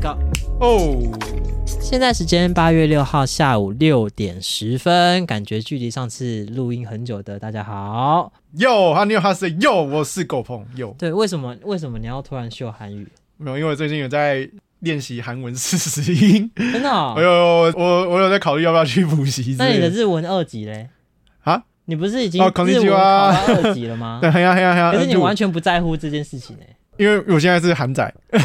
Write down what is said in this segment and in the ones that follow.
go。哦，现在时间八月六号下午六点十分，感觉距离上次录音很久的。大家好，哟，哈尼哈是哟，我是狗鹏哟，对，为什么为什么你要突然秀韩语？没有，因为我最近有在练习韩文四十音，真的 哦、我有我我有在考虑要不要去补习之那你类的的。日文二级嘞？啊？你不是已经哦日文考こんにち到は二级了吗？ 对啊，嘿呀嘿呀嘿呀！可是你就完全不在乎这件事情哎、因为我现在是韩仔，哎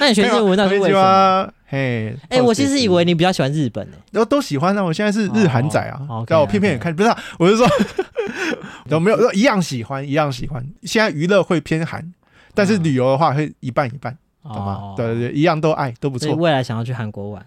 那你学日啊文到底是为什么？么？嘿，哎、我其实以为你比较喜欢日本呢、欸都都喜欢啊，我现在是日韩仔啊哦哦，，OK，但我偏偏也看，不是啊，我是说， 都没有一样喜欢，一样喜欢。现在娱乐会偏韩，但是嗯旅游的话会一半一半，欸，懂吗哦？对对对，一样都爱，都不所以错。未来想要去韩国玩？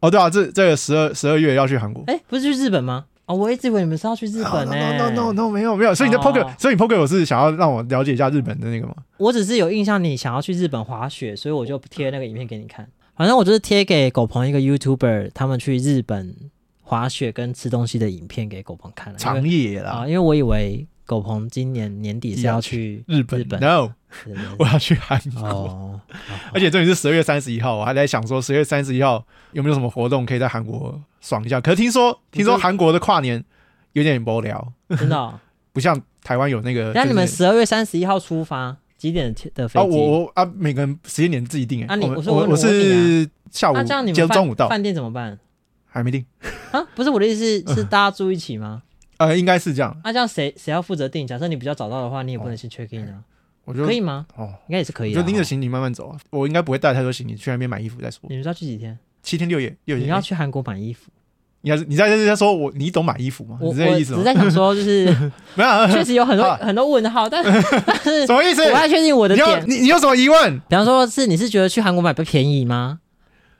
哦，对啊，这这个十二十二月要去韩国。哎、不是去日本吗？哦，我一直以为你们是要去日本呢、欸 No no no no 啊没有没有，所以你的 poker，、哦所以你 poker 我是想要让我了解一下日本的那个嘛。我只是有印象你想要去日本滑雪，所以我就贴那个影片给你看。反正我就是贴给狗鹏一个 YouTuber 他们去日本滑雪跟吃东西的影片给狗鹏看了。因长为野啊、啦，因为我以为狗鹏今年年底是要 去日本日本 no，对对我对要去韩国，哦，而且这里是十二月三十一号，我还在想说十月三十一号有没有什么活动可以在韩国爽一下。可是听说听说韩国的跨年有点无聊，真的、 哦。不像台湾有那个。那你们就是十二月三十一号出发，几点的的飞啊，机？我我啊，每个人时间点自己定哎、啊你我我们说我我是下午啊那、这样你接们中午饭到，饭店怎么办还没定。啊？不是我的意思 是，是大家住一起吗？啊呃，应该是这样，那、这样谁谁要负责订？假设你比较早到的话，你也不能先 check in 啊，我就可以吗？哦，应该也是可以我的。就拎着哦行李慢慢走啊。我应该不会带太多行李去那边买衣服再说。你们是要去几天？七天六夜，六嗯你天。要去韩国买衣服？你还是你在这在说我你懂买衣服吗？我你我是这个意只思是吗？在想说，就是 没有啊，确实有很多啊很多问号，但 是但是什么意思我？不太确定我的你有点。你你有什么疑问？比方说，是你是觉得去韩国买比较便宜吗？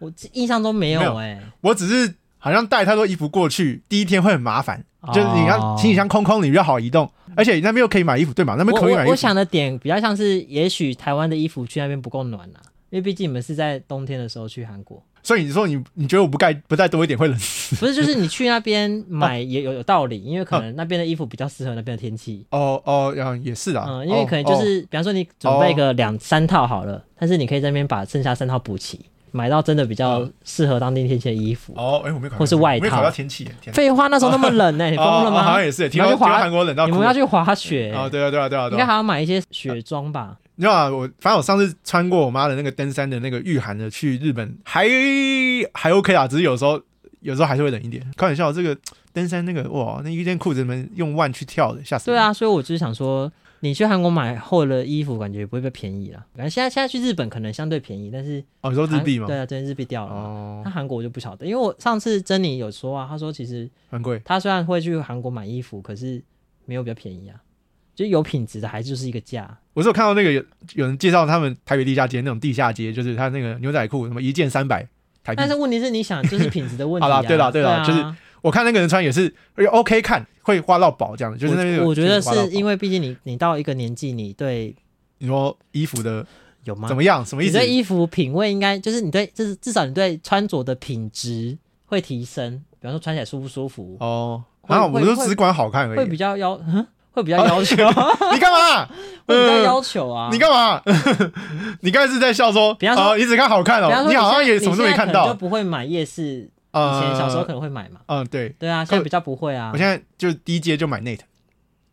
我印象中没没有有哎、我只是好像带太多衣服过去，第一天会很麻烦，就是你看哦行李箱空空，你比较好移动，而且那边又可以买衣服，对吗？那边我可以买我衣我服。想的点比较像是，也许台湾的衣服去那边不够暖啊，因为毕竟你们是在冬天的时候去韩国，所以你说你你觉得我不盖不带多一 点会冷？不是就是你去那边买也有有道理，因为可嗯能那边的衣服比较适合那边的天气。哦哦，然后也是啊，哦嗯，因为可能就是，比方说你准备个两三套好了，但是你可以在那边把剩下三套补齐，买到真的比较适合当地天气的衣服。嗯哦，哦哎，我没考虑，或是外套我没考虑到天气，天废话，那时候那么冷欸 呢，你你疯了哦好吗像？也是，你听们说要去听说滑韩国冷到你哭们要去滑雪，哦，对啊对啊对啊嗯应对该啊还。要买一些雪装吧？你知道吗？我反正我上次穿过我妈的那个登山的那个御寒的去日本，还还 OK 啊，只是有时候有时候还是会冷一点。开玩笑，这个登山那个哇，那一件裤子们用万去跳的，吓死对人！啊，所以我就是想说，你去韩国买厚的衣服，感觉也不会被便宜啦。反正现在现在去日本可能相对便宜，但是哦，你说日币吗？对啊，对日币掉了嘛。哦那，韩国我就不晓得，因为我上次珍妮有说啊，她说其实很贵。她虽然会去韩国买衣服，可是没有比较便宜啊，就有品质的还是就是一个价。我是有看到那个有有人介绍他们台北地下街那种地下街，就是他那个牛仔裤什么一件三百台币但。是问题是，你想就是品质的问题、啊。 好啦对啦对对啦就是啊我看那个人穿也是哎 OK 看，会花到宝这样的，就是那个我我觉得花到是饱因为毕竟你你到一个年纪，你对你说衣服的有吗？怎么样？什么意你思？对衣服品味应该就是你对，就是至少你对穿着的品质会提升，比方说穿起来舒不舒服，哦，会啊，我会就会只管好看而会已比。较要，哼会比较 要求，你干嘛啊啦？会比较要求啊。 你干嘛？你刚才是在笑说，比方说哦，你只看好看比方哦，说你好像现在也什么都没看你现在可能就到。不会买夜市，以以前小时候可，能会买嘛。嗯，对，对啊，现在比较不会啊我。现在就第一阶就买 Net。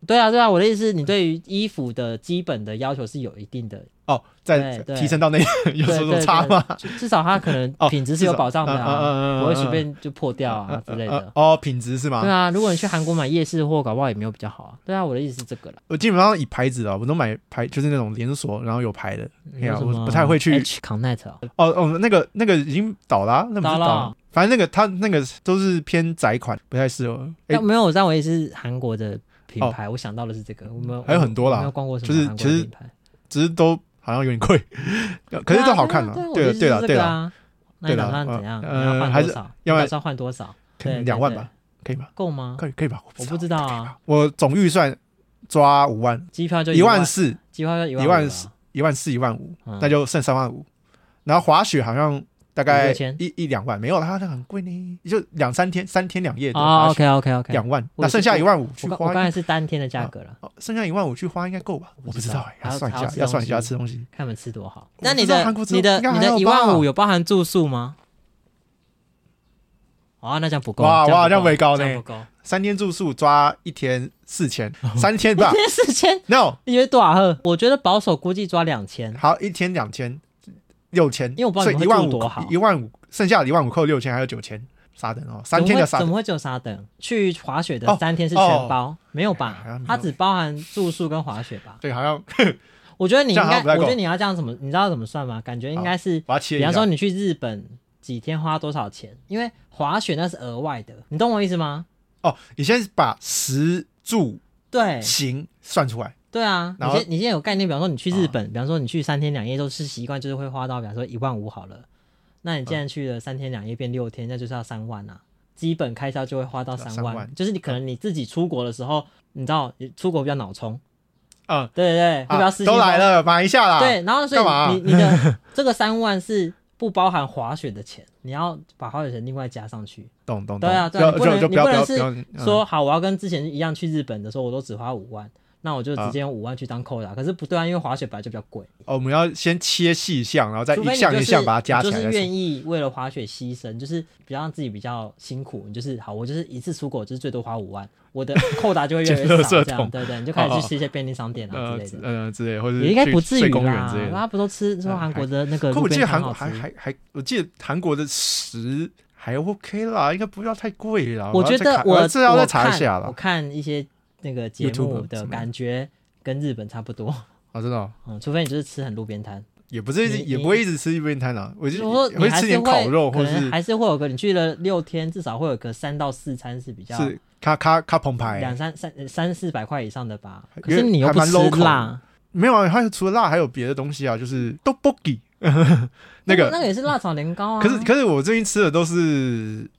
对啊，对啊，我的意思是你对于衣服的基本的要求是有一定的，哦，再对对提升到那有对什么对差吗？对至至少它可能哦品质是有保障的至少嗯嗯嗯嗯啊，嗯不会随便就破掉啊之类呃呃的。哦，品质是吗？对啊，如果你去韩国买夜市货，搞不好也没有比较好啊。对啊，我的意思是这个啦。我基本上以牌子啊，我都买牌，就是那种连锁，然后有牌的。哎呀有什我么不太会去 H Connect 啊哦哦，那个那个已经倒啦，那不是倒了倒了，反正那个它那个都是偏窄款，不太适合。哎但，没有，但我也是韩国的品牌，我想到的是这个。我们哦还有很多啦没有逛过什就是么韩国的品牌，只是都好像有点贵，可是都好看了了。。对对啊了对啊我的意思是这对了对个了，啊。那你打算对啦怎样？呃你要换还是多少？要不然你打算换多少？可对能对嗯两万对吧，可以吧？够吗？可以可以吧？我我不知道啊，我总预算抓五万，机票就一万万，四，机票就一万啊万四，一万四，一万五，嗯那就剩三万五。然后滑雪好像大概五六千一一两万，没有啦，它很贵呢，就两三天，三天两夜的哦滑，OK 雪，OK OK，两万，我那是剩下一万五去我刚我花刚，才是当天的价格了，哦剩下一万五去花应该够吧？我我不不知知道道哎，要算一还要下，还要要算一下吃东西。看你们吃多好。我那你不知道的韩国之后你的应该还你的好一吧万五有包含住宿吗？哇，那这样不够，哇哇这样不这样不高呢这样不够，三天住宿抓一天四 千，三天不这四千，no，你觉得多少赫？我觉得保守估计抓两千，好一天两千，六千，因为我不知道所你们以一万会住多五好，一万五剩下的一万五扣六千，还有九千，沙等哦，三天的沙怎等么会只有沙等？去滑雪的哦三天是全哦包，没有好像吧没？有它只包含住宿跟滑雪吧？对，好像我觉得你应这样好该，像不太我够觉得你要这样怎么，你知道怎么算吗？感觉应该是，把它切比一方说下。你去日本几天花多少钱，因为滑雪那是额外的，你懂我意思吗？哦，你先把食住对行算出来，对啊，你然后啊先你先有概念，比方说你去日本，比方说你去三天两夜都是习惯，就是会花到，比方说一万五好了，那你既然去了三天两夜变六天，那就是要三万啊。基本开销就会花到对啊三三万，万就是你可能你自己出国的时候，你知道出国比较脑冲，嗯，对对对，会比较啊私心都包来了，买一下啦。对，然后所以干嘛啊你你的这个三万是不包含滑雪的钱，你要把滑雪钱另外加上去。懂，懂懂。对啊对不啊要你不能就就不要你不能不要是不要嗯说好，我要跟之前一样去日本的时候，我都只花五万，那我就直接用五万去当扣打。可是不对啊，因为滑雪本来就比较贵，哦，我们要先切细项，然后再除一非你项就一是项把它加起你来就是再说。愿意为了滑雪牺牲，就是比较让自己比较辛苦。你就是好，我就是一次出国就是最多花五万，我的扣打就会越来捡越垃少， 圾这样桶对对，你就开始哦去哦吃一些便利商店啊呃之类之的。呃之类，或者也应该去不至于睡公园啦之类，大的。家不都吃说嗯韩还国的那个可路我边记得摊好吃？韩国还还还，我记得韩国的食还 OK 啦，应该不要太贵啦。我觉要再得看我这要我再查看一下我啦。看一些那个节 YouTube 目什的么的感觉跟日本差不多，啊，真的哦嗯，除非你就是吃很路边摊，也不是你也你不会一直吃一边摊啦，我就是就说也你会还是吃点会烤肉可或能是还是会有个你去了六天，至少会有个三到四餐是比较是卡卡卡澎两湃。三三呃三四百块以上的吧。因可为是你又还不蛮吃 local 辣，没有啊，它除了辣还有别的东西啊，就是豆 o g i 那个那个也是辣炒年糕啊。可是可是我最近吃的都是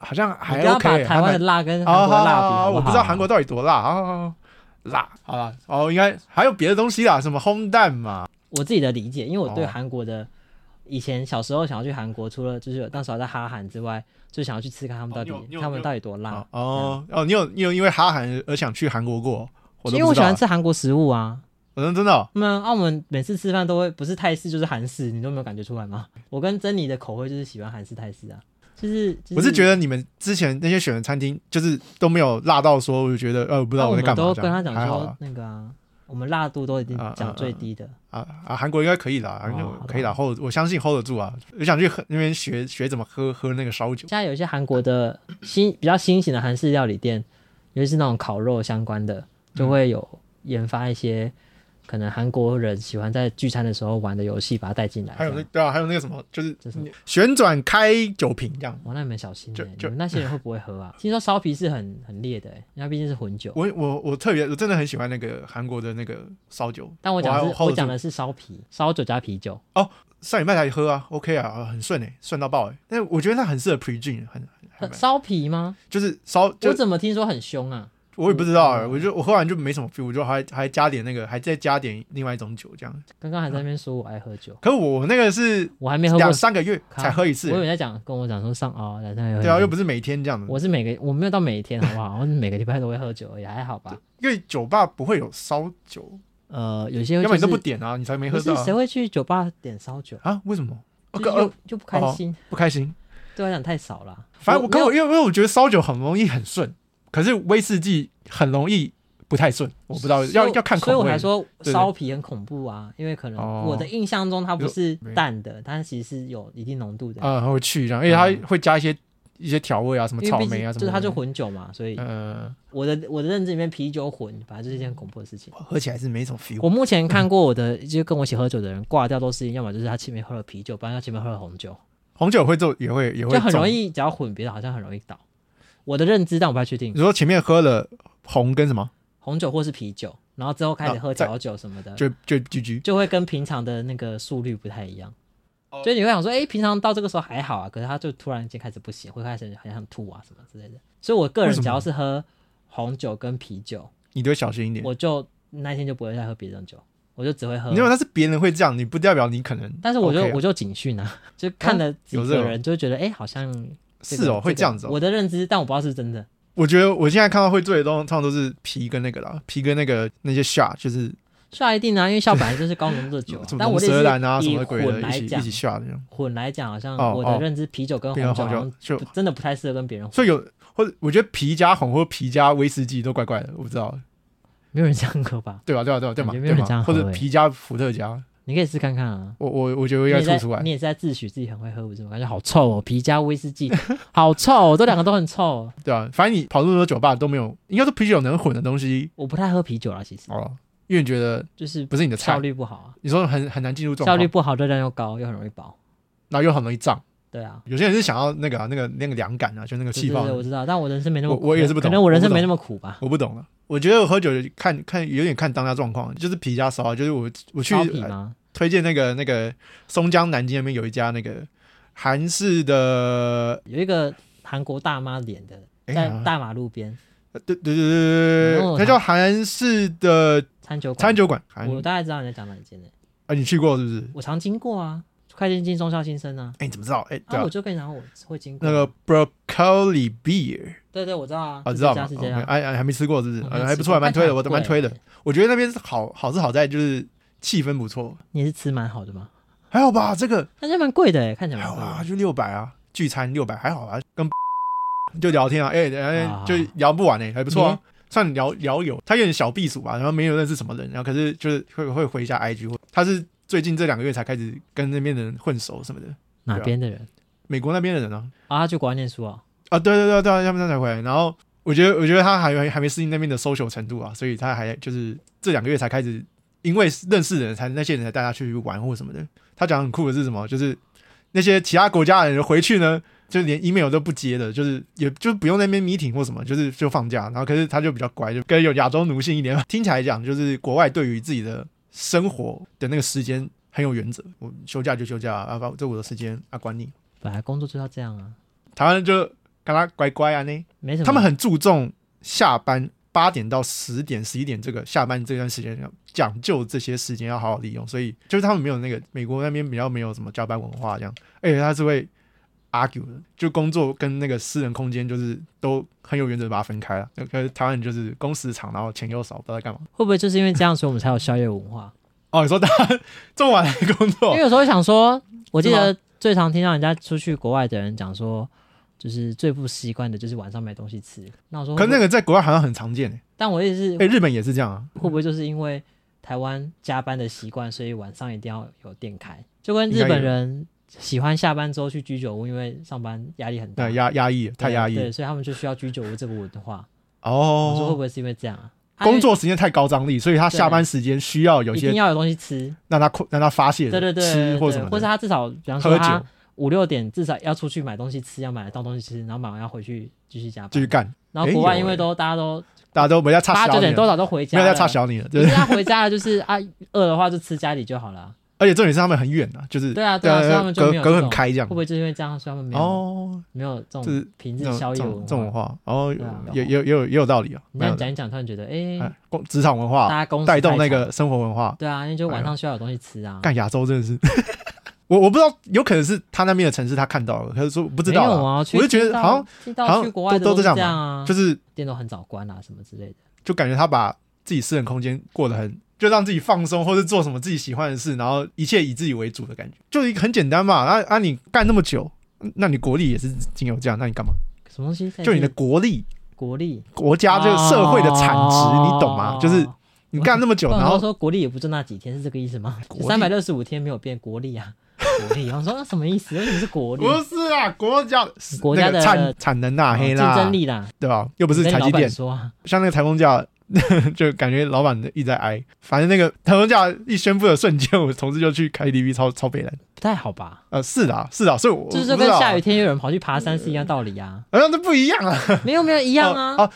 好像你还不要 OK，哦把台湾的辣跟韩国的辣比，好好我不知道韩国到底多辣啊。辣，好啦，哦，应该还有别的东西啦，什么烘蛋嘛，我自己的理解，因为我对哦韩国的、以前小时候想要去韩国，除了就是那时候还在哈韩之外，就想要去吃看他们到底、哦你有他们到底多辣。哦哦，你有你有因为哈韩而想去韩国过？我都因为我不喜知道欢啊，吃韩国食物啊，我真真的哦那么澳门啊每次吃饭都会不是泰式就是韩式，你都没有感觉出来吗？我跟珍妮的口味就是喜欢韩式泰式啊，就是、就是、我是觉得你们之前那些选的餐厅就是都没有辣到说，我就觉得呃，我不那知道我在们干嘛都这跟他样，讲还好说啦那个啊，我们辣度都已经啊讲啊最啊低的，啊啊，韩国应该可以啦，韩哦好国吧可以啦，hold 我相信 hold 得住啊。我想去喝那边学学怎么喝喝那个烧酒现在有一些韩国的新比较新型的韩式料理店，尤其是那种烤肉相关的，就会有研发一些可能韩国人喜欢在聚餐的时候玩的游戏，把它带进来这还有样。那对啊，还有那个什么，就是这是什么旋转开酒瓶这样。哇，那你们小心就欸，你就们那些人会不会喝啊？听说烧皮是很很烈的、欸，人家毕竟是混酒。我我我特别我真的很喜欢那个韩国的那个烧酒，但我讲的我还是 hold 我得讲住的是烧啤，烧酒加啤酒。上礼拜才喝啊，OK 啊，很顺哎、顺到爆哎、但我觉得那很适合 pre gin，很很呃烧啤吗？就是烧就我怎么听说很凶啊？我也不知道、啊，嗯我就我喝完就没什么 feel，我就还还加点那个，还再加点另外一种酒这样。刚刚还在那边说我爱喝酒，可是我那个是呃我还没喝过两。三个月才喝一次我有欸、人在讲跟我讲说上哦，两三个月喝对啊，一又次不是每天这样的，我是每个我没有到每天，好不好？我是每个礼拜都会喝酒，也还好吧。因为酒吧不会有烧酒，呃，有些要会就不然你是都不点啊，你才没不喝是到啊谁会去酒吧点烧酒，啊？为什么？哦就可是呃又就不开心，不开心。对我来讲太少了。反正我没跟有我因为因为我觉得烧酒很容易很顺，可是威士忌很容易不太顺，我不知道所以要我要看口所味。以我才说对对烧啤很恐怖啊，因为可能哦我的印象中它不是没淡的，它其实是有一定浓度的。啊，很有趣，然后因为它会加一些一些调味啊，什么嗯因草为毕莓竟啊什么的，就是它就混酒嘛，所以呃我的我的认知里面啤酒混，反正就是一件恐怖的事情。喝起来是没什么 feel。我目前看过我的就跟我一起喝酒的人挂掉都是，要么就是他前面喝了啤酒，不然他前面喝了红酒，红酒会做也会也会就很容中。易只要混别的好像很容易倒。我的认知，但我不太确定你说前面喝了红跟什么，红酒或是啤酒，然后之后开始啊喝在调酒什么的，就就 GG 就会跟平常的那个速率不太一样哦。所以你会想说，哎、平常到这个时候还好啊，可是他就突然间开始不行，会开始很想吐啊什么之类的。所以我个为人什么只要是喝红酒跟啤酒，你都小心一点我就那一天就不会再喝别的酒。我就只会喝你。认为他是别人会这样，你不代表你可能。呃但是我就、 OK 啊我就警讯啊，就看了几有这个种人，就觉得哎、好像、这个是哦，会这样子个哦。我的认知，但我不知道是真的。我觉得我现在看到会醉的东西，通常都是啤跟那个啦，啤跟那个那些 shot，就是下一定啊，因为笑本来就是高浓度的酒啊、什么但龙我的意舌思兰啊是什以么鬼混的，来一起一讲起，下的那种，混来讲好像哦我的哦认知，啤酒跟比较红酒好好像像就不真的不太适合跟别人混，所以有或者我觉得啤加红或啤加威士忌都怪怪的，我不知道，没有人这样喝吧？对吧？对吧？对吧？对嘛？感觉没对有人这嘛？样或喝者欸啤加伏特加，你可以试看看啊。我我我觉得我你应该也吐在出来你。也是在自诩自己很会喝，不是吗？感觉好臭哦，皮加威士忌好臭、哦，这两个都很臭哦、对啊，反正你跑那么多酒吧都没有，应该说啤酒能混的东西我不太喝啤酒啦，其实哦，因为你觉得就是不是你的菜效，率不好啊，你说很很难进入状效况，率不好，热量又高，又很容易饱。然后又很容易胀。对啊，有些人是想要那个啊、那个那个凉感啊，就那个对气对泡对，。我知道，但我人生没那么我苦，我也是不懂可能我人我生不懂没那么苦吧。我不懂了，我觉得我喝酒看看有点看当下状况，就是皮加烧啊，就是我我去、烧皮呃吗？推荐那个那个松江南京那边有一家那个韩式的，有一个韩国大妈脸的，哎、在好大马路边对对对对对哦对，它叫韩式的餐酒馆餐，酒哎馆，韩我大概知道你在讲哪一间呢、啊，你去过是不是？我常经过啊，快进进中校新生啊，哎、你怎么知道？哎、对啊，啊我，就跟你讲我会经过那个 broccoli beer 对对，我知道嗯啊，啊，就知这道家吗？是这 OK，样，哎哎，还没吃过是不是？我没啊吃还不错，过还蛮推的，看我起来蛮很推的贵。我觉得那边是好好是好在就是气氛不错，你也是吃蛮好的吗？还好吧？这个但是蛮贵的欸，看起来还蛮好贵的吧？就六百啊，聚餐六百还好吧？啊跟 就聊天啊，哎、哎啊嗯就聊不完哎、还不错啊。算聊聊友，他有点小避暑吧，然后没有认识什么人，然后可是就是会会回一下 IG，或他是最近这两个月才开始跟那边的人混熟什么的，哪边的人美国那边的人啊，啊？他去国外念书啊？啊，对对对对啊，他们那才回来。然后我觉得，我觉得他还没还没适应那边的 social 程度啊，所以他还就是这两个月才开始，因为认识的人才那些人才带他去玩或什么的。他讲很酷的是什么？就是那些其他国家的人回去呢，就连 email 都不接的，就是也就不用那边 meeting 或什么，就是就放假。然后可是他就比较乖，就跟有亚洲奴性一点。听起来讲，就是国外对于自己的生活的那个时间很有原则。我休假就休假啊，把这我的时间啊，管你。本来工作就要这样啊，台湾就跟他乖乖啊呢。没什么。他们很注重下班八点到十点、十一点这个下班这段时间，讲究这些时间要好好利用。所以就是他们没有那个美国那边比较没有什么加班文化这样，而且他是会 argue 的，就工作跟那个私人空间就是都很有原则地把它分开了。可是台湾人就是工时长，然后钱又少，不知道在干嘛。会不会就是因为这样，所以我们才有宵夜文化？哦，你说大家这么晚来工因作为，有时候想说，我记是得最常听到人家出去国外的人讲说，就是最不习惯的就是晚上没东西吃。那我说 可会是不那会，个在国外好像很常见诶、但我意思是哎、，日本也是这样啊。会不会就是因为台湾加班的习惯，所以晚上一定要有店开？就跟应该日有本人喜欢下班之后去居酒屋，因为上班压力很大对，，压压抑，太压抑啊对，。所以他们就需要居酒屋这个文化。我说会哦不，会是因为这样啊？啊工作时间太高张力，所以他下班时间需要有一一些定要有东西吃，让他困让他发泄对的，对对，吃或对什么的，或是他至少，比方喝说酒他五六点至少要出去买东西吃，要买得到东西吃，然后买完要回去继续加继续班。干，然后哎国外有因为欸都大家都大家都没在差八小九你点多了，少都回没家有了，嗯在差小你了，可对是。他回家了就是啊，饿的话就吃家里就好了。而且重点是他们很远啊，就是对啊，对啊，所以他们就没隔有隔这很种开这样会不。会就是因为这样，所以他们没有哦，没有这就是种平这日种宵这夜种文这种文化？化，哦对啊，也也也有也有道理啊，你这没有样讲一讲，突然觉得哎哎，工职场文大化家公司带太动那长个生活文化，对啊，因为就晚上需要有东西吃啊。干亚洲真的是。 我我不知道，有可能是他那边的城市他看到了，可是说不知道没有啊，啊，我去就觉听得到好像听好到像去国外都的都是这样样啊，就是店都很早关啊，什么之类的。就感觉他把自己私人空间过得很，就让自己放松，或是做什么自己喜欢的事，然后一切以自己为主的感觉，就一个很简单嘛。啊啊，你干那么久，那你国力也是仅有这样，那你干嘛？什么东西？就你的国力、国啊力，国家这个社会的产值，哦你懂吗？就是你干那么久，不然然后后说国力也不就那几天，是这个意思吗？国力三百六十五天没有变国力啊，国力。然后说那什么意思？为什么是国力？不是啊，国家国家的那个产产能呐、哦黑竞啦，争力啦，对吧？又不是你跟台老积板电，说啊，像那个台风假， 就感觉老板一直在挨。反正那个台风假一宣布的瞬间，我同事就去 KTV 超超北蓝。不太好吧？呃，是的啊，是的啊，所以我就是就我不跟知道啊下雨天有人跑去爬山是一样道理啊。好像这不一样啊，没有没有一一样啊，哦，哦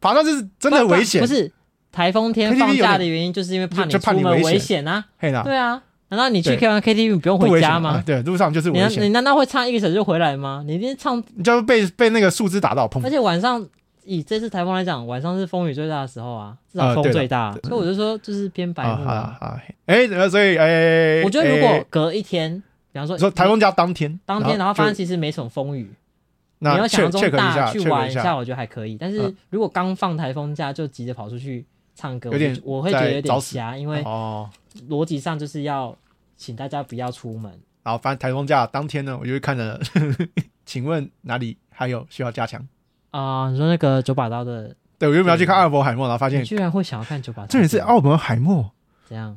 爬山是真的危险，不是台风天 KTV 放有假点的原因，就是因为怕就你就怕出你门危险危险啊。嘿啦，对啊，难道你去对 K 完 KTV 你不用不危回险家啊吗？对，路上就是你危难险，你难道会唱一个小时就回来吗？你一定唱，你就被被那个树枝打到碰啊而。且晚上以这次台风来讲，晚上是风雨最大的时候啊，至啊少风对了最大啊，所以我就说就是偏白啊目好啊。好，哎，那所以哎，我觉得如哎果隔一天，比方说说台风加当天，当天，然后发现就其实没什么风雨，你那要 check 想象中 check 一大下哦去 check 玩一一下，下，我觉得还可以。但是如果刚放台风假就急着跑出去唱歌，有点我就我会觉得有在找点死瞎，因为哦，逻辑上就是要请大家不要出门。然后反正台风假当天呢，我就会看着， 请问哪里还有需要加强？啊、你说那个九把刀的，对我原本要去看阿尔伯海默，然后发你现居然会想要看九把刀？这里是哦，奥本海默怎样？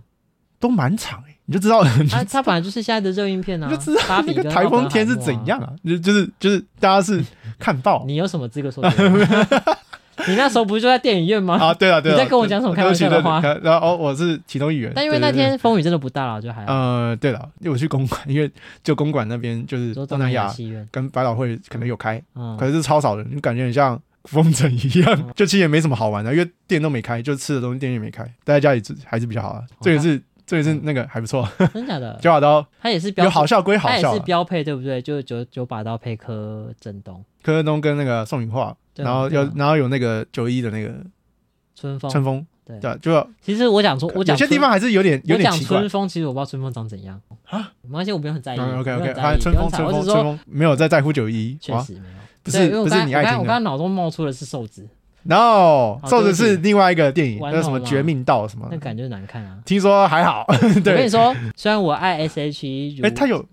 都满场哎，你就知道他他本来就是现在的热映片啊， 你就知道芭比那个跟台奥本风天是海默啊怎样啊？就就是就是大家是看爆 你有什么资格说别 人？你那时候不是就在电影院吗？啊？对了对了，你在跟我讲什么开玩笑的话对不起？对不起然后哦我是其中一员，但因为那对对对天风雨真的不大了，就还好。呃，对了，因为我去公馆， 因为就公馆那边就是你说东东南南亚亚戏院，跟百老汇可能有开，嗯，可是超少人，就感觉很像封城一样，就其实也没什么好玩的，因为店都没开，就吃的东西店也没开，待在家里吃还是比较好啊。哦这也是这也是那个还不错，真假的？九把刀他也是嗯标有好笑归好他也笑是啊，标配，对不对？就是九九把刀配柯震东，柯震东跟那个宋云桦，对啊然后对啊哦有然后有那个九一的那个春风。春风，对对啊，就其实我讲说，我有讲些春地方还是有点有我点讲奇怪春。风，其实我不知道春风长怎样啊。没关系，我不用很在意。嗯，OK 不用 OK，很在意反正春风不用很在意春我风只春是说风没有在在乎九一确哇，实没有。不对是因为我不刚是才你爱我刚听我的刚。才脑中冒出的是瘦子， No，好瘦子对不起是另外一个电影，完那什么了《嘛绝命道》什么那的，感觉难看啊。听说还好。我跟 对你，说，虽然我爱 S H E，哎，他有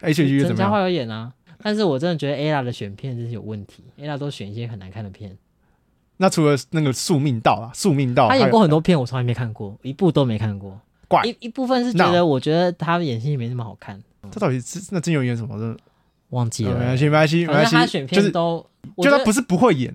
H G 怎陈么嘉样？桦有演啊，但是我真的觉得 ella 的选片真是有问题，ella 都选一些很难看的片。那除了那个《宿命道》啊，《宿命道》她演还过有很多片，我从来没看过，一部都没看过。怪一一部分是觉那得我觉得她演戏没那么好看，他到底是那真有演什么？真的忘记没了关。系，没关系，没反关正她系，选就是片就都，我觉他得不是不会演，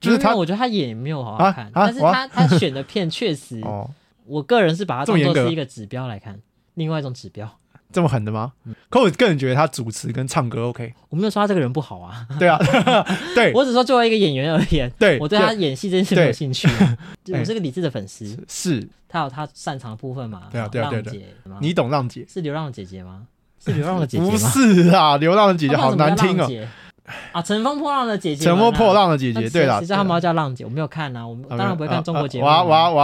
就是没有他我觉得她演也没有好好看啊，啊但是哇她她选的片 确实，哦我个人是把它这么当严做格是一个指标来看，另外一种指标。这么狠的吗？嗯可我个人觉得他主持跟唱歌 OK，我没有说她这个人不好啊，对啊， 对我只说作为一个演员而言，对，我对她演戏这件事没有兴趣啊。就我是个理智的粉丝，是他有他擅长的部分嘛？哦对啊对浪啊对啊对啊姐吗？你懂浪姐是流浪的姐姐吗？是流浪的姐姐吗？不是啊？流浪的姐她姐不好知道难怎么叫浪听哦，姐。啊，乘风破浪的姐姐们啊，乘风破浪的姐那姐，谁对啦，谁知道他们要叫浪姐？我没有看啊，我们啊当然不会看中国节目我啊。要我要我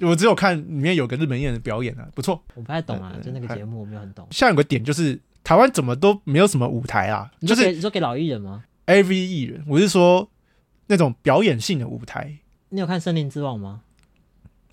要，我只有看里面有个日本演的表演啊，不错。我不太懂啊嗯，就那个节目我没有很懂。下有个点就是台湾怎么都没有什么舞台啊，你就说是给你说给老艺人吗？ AV 艺人，我是说那种表演性的舞台。你有看《森林之王》吗？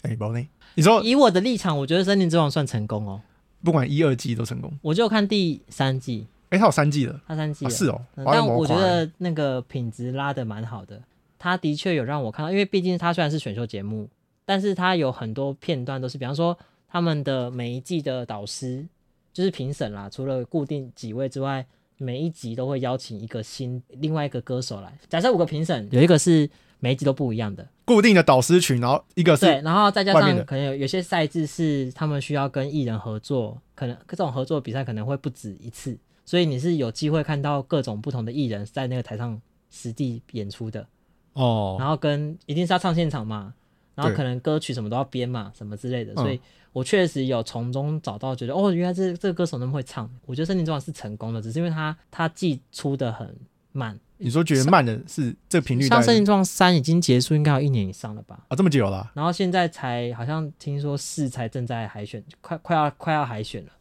哎、宝内，你说以我的立场，我觉得《森林之王》算成功哦。不管一二季都成功？我就看第三季，哎、它有三季了，他三季啊、了，是哦。嗯哇但那么我觉快得那个品质拉的蛮好的，他的确有让我看到，因为毕竟他虽然是选秀节目，但是他有很多片段都是，比方说他们的每一季的导师就是评审啦，除了固定几位之外，每一集都会邀请一个新另外一个歌手来。假设五个评审，有一个是每一集都不一样的，固定的导师群，然后一个对啊是，然后再加外面的上可能有有些赛制是他们需要跟艺人合作，可能这种合作比赛可能会不止一次，所以你是有机会看到各种不同的艺人在那个台上实地演出的，哦，然后跟一定是要唱现场嘛，然后对可能歌曲什么都要编嘛，什么之类的，嗯所以我确实有从中找到觉得哦，原来这这个歌手那么会唱，我觉得《森林之王》是成功的，只是因为他他寄出的很慢，你说觉得慢的是这频率大像《森概林是之王三》已经结束应该有一年以上了吧。啊这么久了啊、然后现在才好像听说四才正在海选，快快要快要海选了，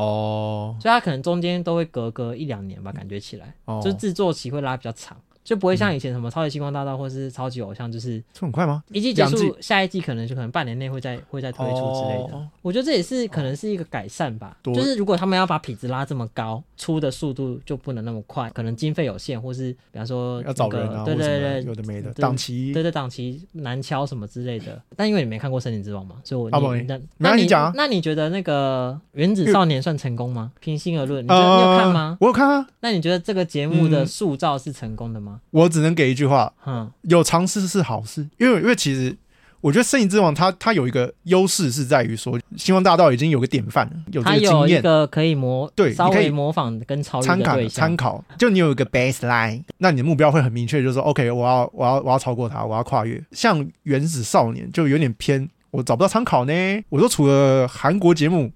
哦所以他可能中间都会隔个一两年吧，感觉起来，哦，就是制作期会拉比较长，就不会像以前什么超级星光大道或是超级偶像，就是这很快吗？一季结两束，下一季可能就可能半年内会再会再推出之类的。哦我觉得这也是可能是一个改善吧，多就是如果他们要把痞子拉这么高，出的速度就不能那么快，可能经费有限，或是比方说、那个、要找人啊，对或什么对对有。的没的，对档期对对，档期难敲什么之类的，但因为你没看过《森林之王》嘛，所以我啊不你那没那关系讲啊那你觉得那个《原子少年》算成功吗？平心而论，你觉得、你有呃，看吗？我有看啊，那你觉得这个节目嗯的塑造是成功的吗？我只能给一句话，嗯，有尝试是好事，因为因为其实我觉得《圣影之王它》它有一个优势是在于说，《星光大道》已经有个典范了，有这它个经有一验个可以模对稍你可以微模仿跟超越参的考对参象，考，就你有一个 baseline，那你的目标会很明确，就是说 OK，我要我要我要超过它，我要跨越。像《原子少年》就有点偏，我找不到参考呢。我说除了韩国节目。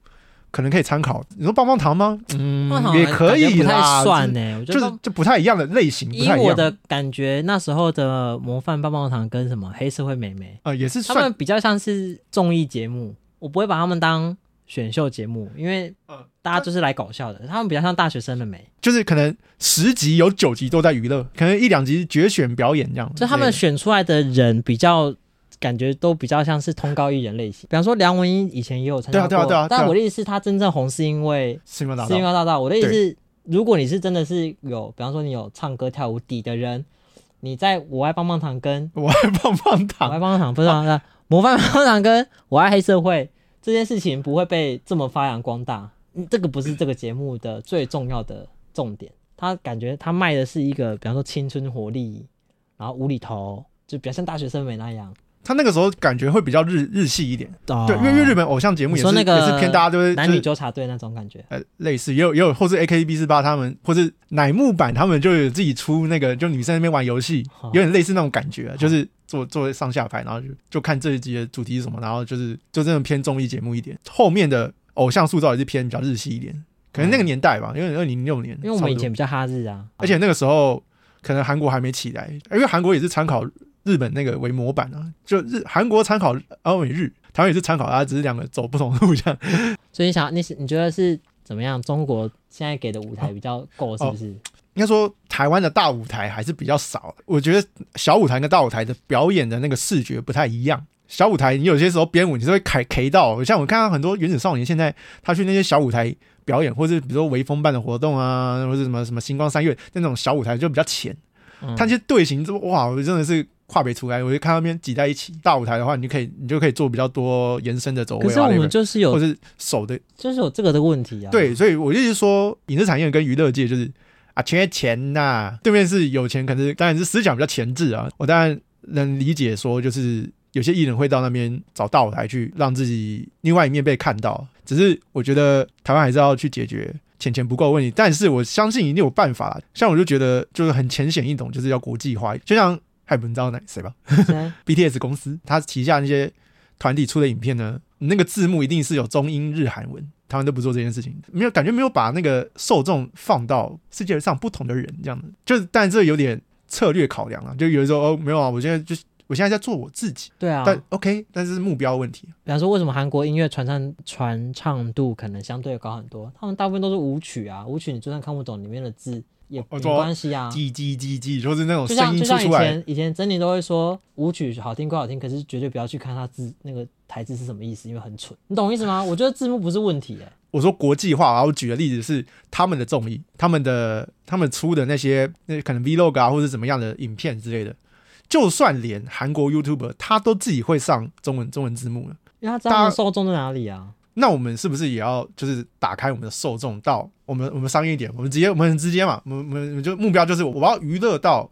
可能可以参考。你说棒棒糖吗？嗯棒棒，糖也可以感觉不啦，太算呢、我觉得就是棒就不太一样的类型，不以太一我样。的感觉，那时候的模范棒棒糖跟什么黑社会美眉，呃，也是他算们比较像是综艺节目，我不会把他们当选秀节目，因为嗯大家就是来搞笑的，他们比较像大学生的美，就是可能十集有九集都在娱乐，可能一两集决选表演这样。就他们对选出来的人比较。感觉都比较像是通告艺人类型，比方说梁文音以前也有参加过，对啊对啊对啊对啊但我的意思是，她真正红是因为新闻大是因道为大道。我的意思是，如果你是真的是有，比方说你有唱歌跳舞底的人，你在我爱棒棒糖跟我爱棒棒我糖 爱棒棒糖不是啊，那模范棒棒糖跟我爱黑社会这件事情不会被这么发扬光大，嗯这个不是这个节目的最重要的重点。他感觉他卖的是一个，比方说青春活力，然后无厘头，就比较像大学生美那样。他那个时候感觉会比较日日系一点，哦对，因为因为日本偶像节目你也是说那个也是偏大家都是男女就是纠察队那种感觉。呃类似，也有也有或是 A K B 四八他们或是乃木坂他们就有自己出那个就女生在那边玩游戏，哦有点类似那种感觉，啊就是做做上下排，然后就就看这一集的主题是什么，然后就是就真的偏综艺节目一点，后面的偶像塑造也是偏比较日系一点，可能那个年代吧，因为二零零六年，嗯因为我们以前差比较哈日啊，不多，而且那个时候可能韩国还没起来，因为韩国也是参考日本那个为模板啊，就日韩国参考欧美日，台湾也是参考，它啊只是两个走不同路这样。所以你想，你是你觉得是怎么样？中国现在给的舞台比较够，是不是？应该说台湾的大舞台还是比较少，我觉得小舞台跟大舞台的表演的那个视觉不太一样。小舞台你有些时候编舞你是会凯 K 到，像我看到很多原子少年现在他去那些小舞台表演，或是比如说微风办的活动啊，或是什么什么星光三月那种小舞台就比较浅，嗯哦他那些队形这哇，我真的是。跨别出来，我就看他们挤在一起。大舞台的话，你就可以，你就可以做比较多延伸的走位可啊，是我们就是有或，是手的就是有这个的问题啊。对，，所以我就是说，影视产业跟娱乐界就是啊，缺钱呐、对面是有钱，可是当然是思想比较前置啊。我当然能理解说，就是有些艺人会到那边找大舞台去，让自己另外一面被看到。只是我觉得台湾还是要去解决钱钱不够的问题，但是我相信一定有办法啦。像我就觉得就是很浅显易懂，就是要国际化，就像还不知道哪谁吧。现在 BTS 公司，它旗下那些团体出的影片呢，那个字幕一定是有中英日韩文，他们都不做这件事情，没有感觉没有把那个受众放到世界上不同的人这样子，就是但这有点策略考量啊，就有的时候哦没有啊，我现在就是我现在在做我自己，对啊。 但 OK，但是目标问题，啊比方说，为什么韩国音乐传唱传唱度可能相对高很多？他们大部分都是舞曲啊，舞曲你就算看不懂里面的字也哦我没说关系啊。叽叽叽叽，就是那种就像声音就出像以出来，前以前珍妮都会说舞曲好听归好听，可是绝对不要去看它字那个台字是什么意思，因为很蠢。你懂我意思吗？我觉得字幕不是问题、欸，我说国际化，然后我举的例子是他们的综艺，他们的他们出的那些那可能 vlog 啊，或者怎么样的影片之类的，就算连韩国 YouTuber 他都自己会上中文中文字幕了，因为他知道他大们家受众在哪里啊。那我们是不是也要就是打开我们的受众到我们我们商业一点，我们直接我们很直接嘛，我们我们我们就目标就是我要娱乐到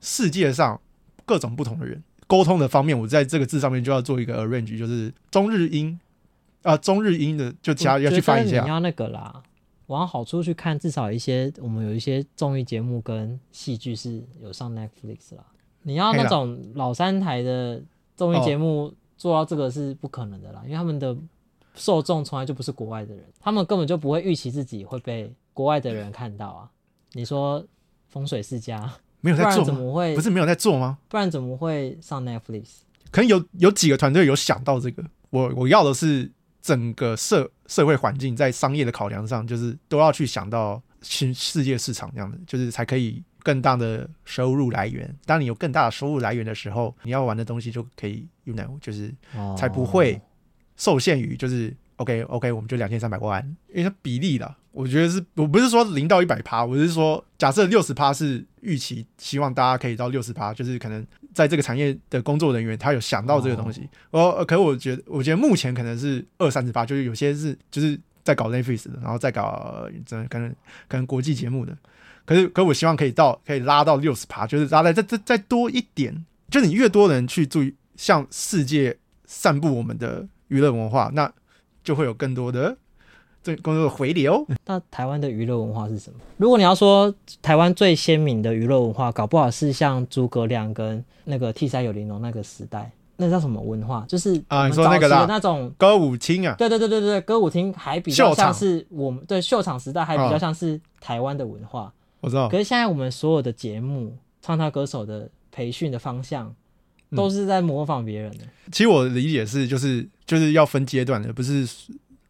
世界上各种不同的人。沟通的方面，我在这个字上面就要做一个 arrange，就是中日英啊、中日英的就其他我要去觉翻得一下你。要那个啦，往好处去看，至少一些我们有一些综艺节目跟戏剧是有上 Netflix 啦。你要嘿那啦种老三台的综艺节目做到这个是不可能的啦，因为他们的受众从来就不是国外的人，他们根本就不会预期自己会被国外的人看到啊。你说风水世家，没有不在然做怎吗？么会不？是没有在做吗？不然怎么会上 Netflix？可能有有几个团队有想到这个。我我要的是整个社社会环境在商业的考量上，就是都要去想到世世界市场这样的，就是才可以更大的收入来源。当你有更大的收入来源的时候，你要玩的东西就可以，you know，就是哦才不会受限于就是 OK OK，我们就两千三百万，因为它比例啦，我觉得是我不是说零到一百趴，我是说假设六十趴是预期，希望大家可以到六十趴，就是可能在这个产业的工作人员他有想到这个东西。哦，呃可我觉得我觉得目前可能是二三十趴，就是有些是就是在搞 Netflix 的，然后再搞呃真的可能可能国际节目的。可是，可我希望可以到可以拉到六十趴，就是拉在再再再多一点，就是你越多人去注意向世界散布我们的娱乐文化，那就会有更多的这更多的回流。那台湾的娱乐文化是什么？如果你要说台湾最鲜明的娱乐文化，搞不好是像诸葛亮跟那个 T 三有玲珑那个时代，那叫什么文化？就是啊我们你说那早个期啦的那种，歌舞厅啊，对对对对对，歌舞厅还比较秀场像是我们对秀场时代还比较哦像是台湾的文化。我知道可，是现在我们所有的节目、唱跳歌手的培训的方向，嗯都是在模仿别人的。其实我的理解是，就是就是要分阶段的，不是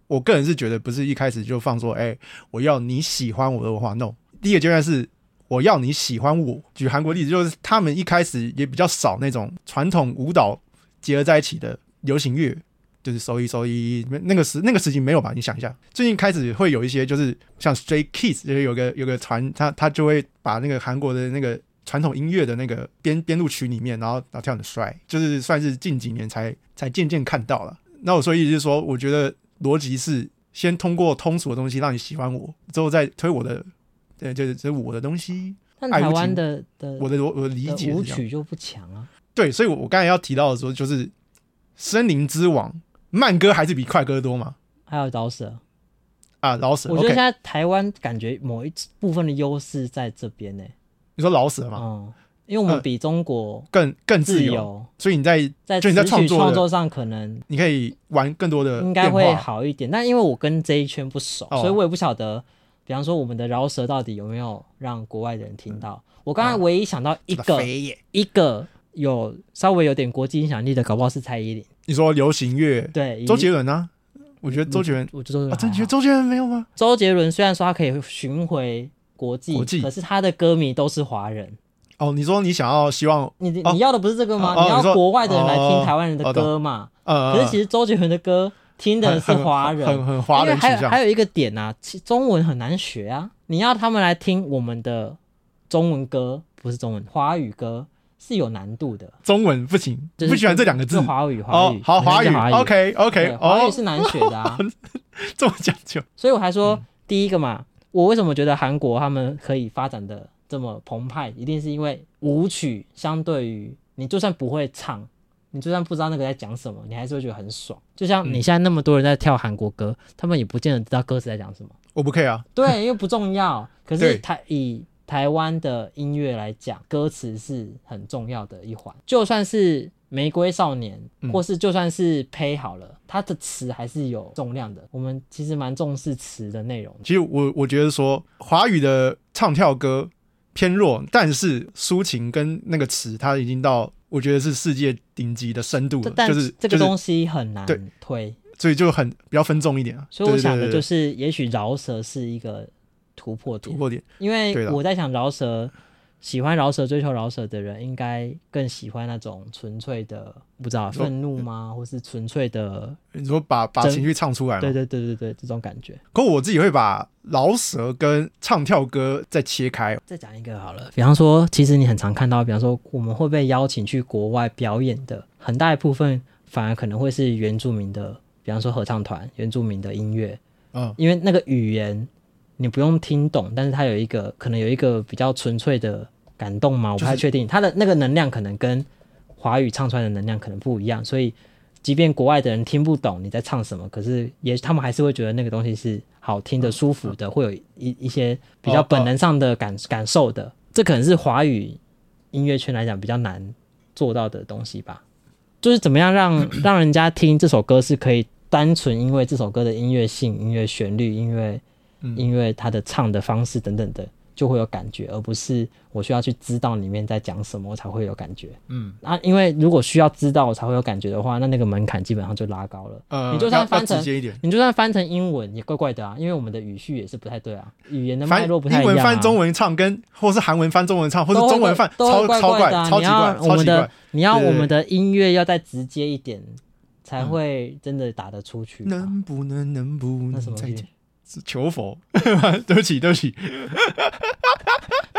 我个人是觉得不是一开始就放说，哎、我要你喜欢我的文化，no。第一个阶段是我要你喜欢我。举韩国例子，就是他们一开始也比较少那种传统舞蹈结合在一起的流行乐，就是收一收一那个时那个时期没有吧？你想一下，最近开始会有一些就是像 Stray Kids，就是有个有个团，他他就会把那个韩国的那个传统音乐的那个编编入曲里面，然后然后跳得很帅，就是算是近几年才才渐渐看到了。那我说意思是说，我觉得逻辑是先通过通俗的东西让你喜欢我，之后再推我的，对，就是就是我的东西，但爱台屋及湾的的我的我的理的解舞是这样。曲就不强啊。对，所以我我刚才要提到的说，就是《森林之王》慢歌还是比快歌多嘛？还有饶舌，啊，老死我觉得现 OK，在台湾感觉某一部分的优势在这边呢、你说老死了嘛？嗯，因为我们呃比中国更更嗯自自由，由，所以你在在词就你在创曲作的创作上可能你可以玩更多的应该变会化。好一点，但因为我跟这一圈不熟，呃哦所以我也不晓得，比方说我们的饶舌到底有没有让国外的人听到。嗯我刚才唯一想到一这个、个肥耶，一个有稍微有点国际影响力的，搞不好是蔡依林，你说流行乐，对，周杰伦啊？我觉嗯得周杰伦我觉得周杰啊，伦还真好、觉得周杰伦没有吗？周杰伦虽然说他可以巡回国际，国际可是他的歌迷都是华人。哦，你说你想要希望你的哦你要的不是这个吗？哦哦你你要说国外的人来哦听台湾人的哦懂歌嘛？呃，可是其实周杰伦的歌听的是很很华人，很很华因为人还倾有向还有一个点啊，其中文很难学啊。你要他们来听我们的中文歌，不是中文，华语歌是有难度的。中文不行，就是不喜欢这两个字就。华语，华哦语，，好，我们华是语华语，OK 对 OK，华语哦，是难学的啊。这么讲究，所以我还说，第一个嘛，我为什么觉得韩国他们可以发展的这么澎湃，一定是因为舞曲相对于你就算不会唱，你就算不知道那个在讲什么，你还是会觉得很爽。就像你现在那么多人在跳韩国歌，他们也不见得知道歌词在讲什么，我不 care 啊，对，因为不重要。可对是台以台湾的音乐来讲，歌词是很重要的一环。就算是《玫瑰少年》，嗯或是就算是《呸》好了，它的词还是有重量的。我们其实蛮重视词的内容的。其实我我觉得说华语的唱跳歌偏弱，但是抒情跟那个词，它已经到我觉得是世界顶级的深度这了，但就是这个就是东西很难对推，所以就很比较分众一点啊。所以我对对想的对对就对是，也许饶舌是一个突破突点，破点，因对为啦我在想饶舌，喜欢饶舌、追求饶舌的人，应该更喜欢那种纯粹的，不知道说嗯愤怒吗，或是纯粹的，你说把把真情绪唱出来嘛？对对对对对，这种感觉。可我自己会把饶舌跟唱跳歌再切开，再讲一个好了，比方说，其实你很常看到，比方说我们会被邀请去国外表演的，很大一部分反而可能会是原住民的，比方说合唱团、原住民的音乐，嗯，因为那个语言你不用听懂，但是它有一个可能有一个比较纯粹的感动嘛，我不太就是确定。它的那个能量可能跟华语唱出来的能量可能不一样，所以即便国外的人听不懂你在唱什么，可是也他们还是会觉得那个东西是好听的、舒服的，会有一一些比较本能上的感感受的。这可能是华语音乐圈来讲比较难做到的东西吧。就是怎么样让 让人家听这首歌是可以单纯因为这首歌的音乐性、音乐旋律、音乐嗯音乐它的唱的方式等等的，就会有感觉，而不是我需要去知道里面在讲什么我才会有感觉。嗯，啊，因为如果需要知道我才会有感觉的话，那那个门槛基本上就拉高了。呃，你就算要翻要成直接一点，你就算翻成英文也怪怪的啊，因为我们的语序也是不太对啊，语言的脉翻络不太英一样、啊。文翻中文唱跟，或是韩文翻中文唱，或是都会中文翻都会超超怪怪的啊，超你级要怪，我超们级的怪。你要对我们的音乐要再直接一点，才会真的打得出去吧。能不能能不那什能么嗯再乐见？求佛， 对不起对不起，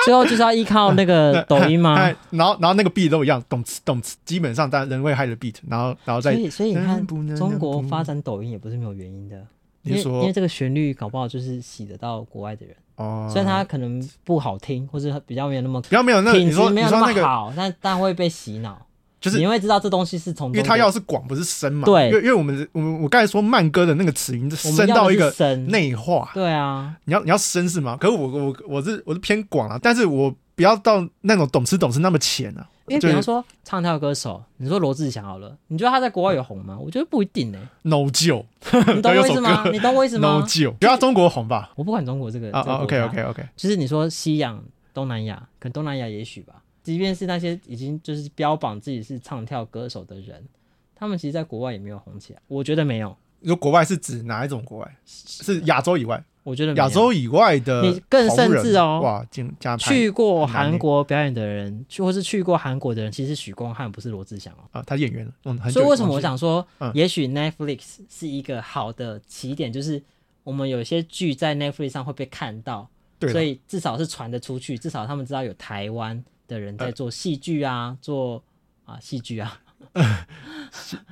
最后就是要依靠那 个呃抖音吗哎？然后然后那个 beat 都一样，动次动次，基本上但人会害的 beat，然后然后所再以所以你能不看，能中能国不发展抖音也不是没有原因的，因你为因为说这个旋律搞不好就是洗得到国外的人，哦，虽然它可能不好听，或是比较没有那么比较没有那品你说质你没有说那么个，好，啊但但会被洗脑，就是你会知道这东西是从因中为它国要是广不是深嘛，对因为因为我们我们我刚才说慢歌的那个词音我们深要到的一是个深，内化，对啊，你要你要深是吗？可是我我我是我是偏广啊，但是我不要到那种懂吃懂吃那么浅啊，因为就比是方说唱跳歌手，你说罗志祥好了，你觉得他在国外有红吗？我觉得不一定 呢、 ，no 救你懂我意思吗？你懂我意思 no 吗？救，不要中国红吧？我不管中国这个啊这个啊国，OK 家 OK OK，就是你说西洋、东南亚，可能东南亚也许吧，即便是那些已经就是标榜自己是唱跳歌手的人，他们其实在国外也没有红起来。我觉得没有，你说国外是指哪一种国外？是亚洲以外，我觉得没有亚洲以外的你更红人甚至哦哇，进加拍去过很难欸韩国表演的人，去或是去过韩国的人，其实是许光汉不是罗志祥哦。啊，他演员了，嗯，很久所以为什么忘我记了想说嗯，也许 Netflix 是一个好的起点，就是我们有些剧在 Netflix 上会被看到，对所了以至少是传得出去，至少他们知道有台湾的人在做戏剧啊，做啊戏剧啊，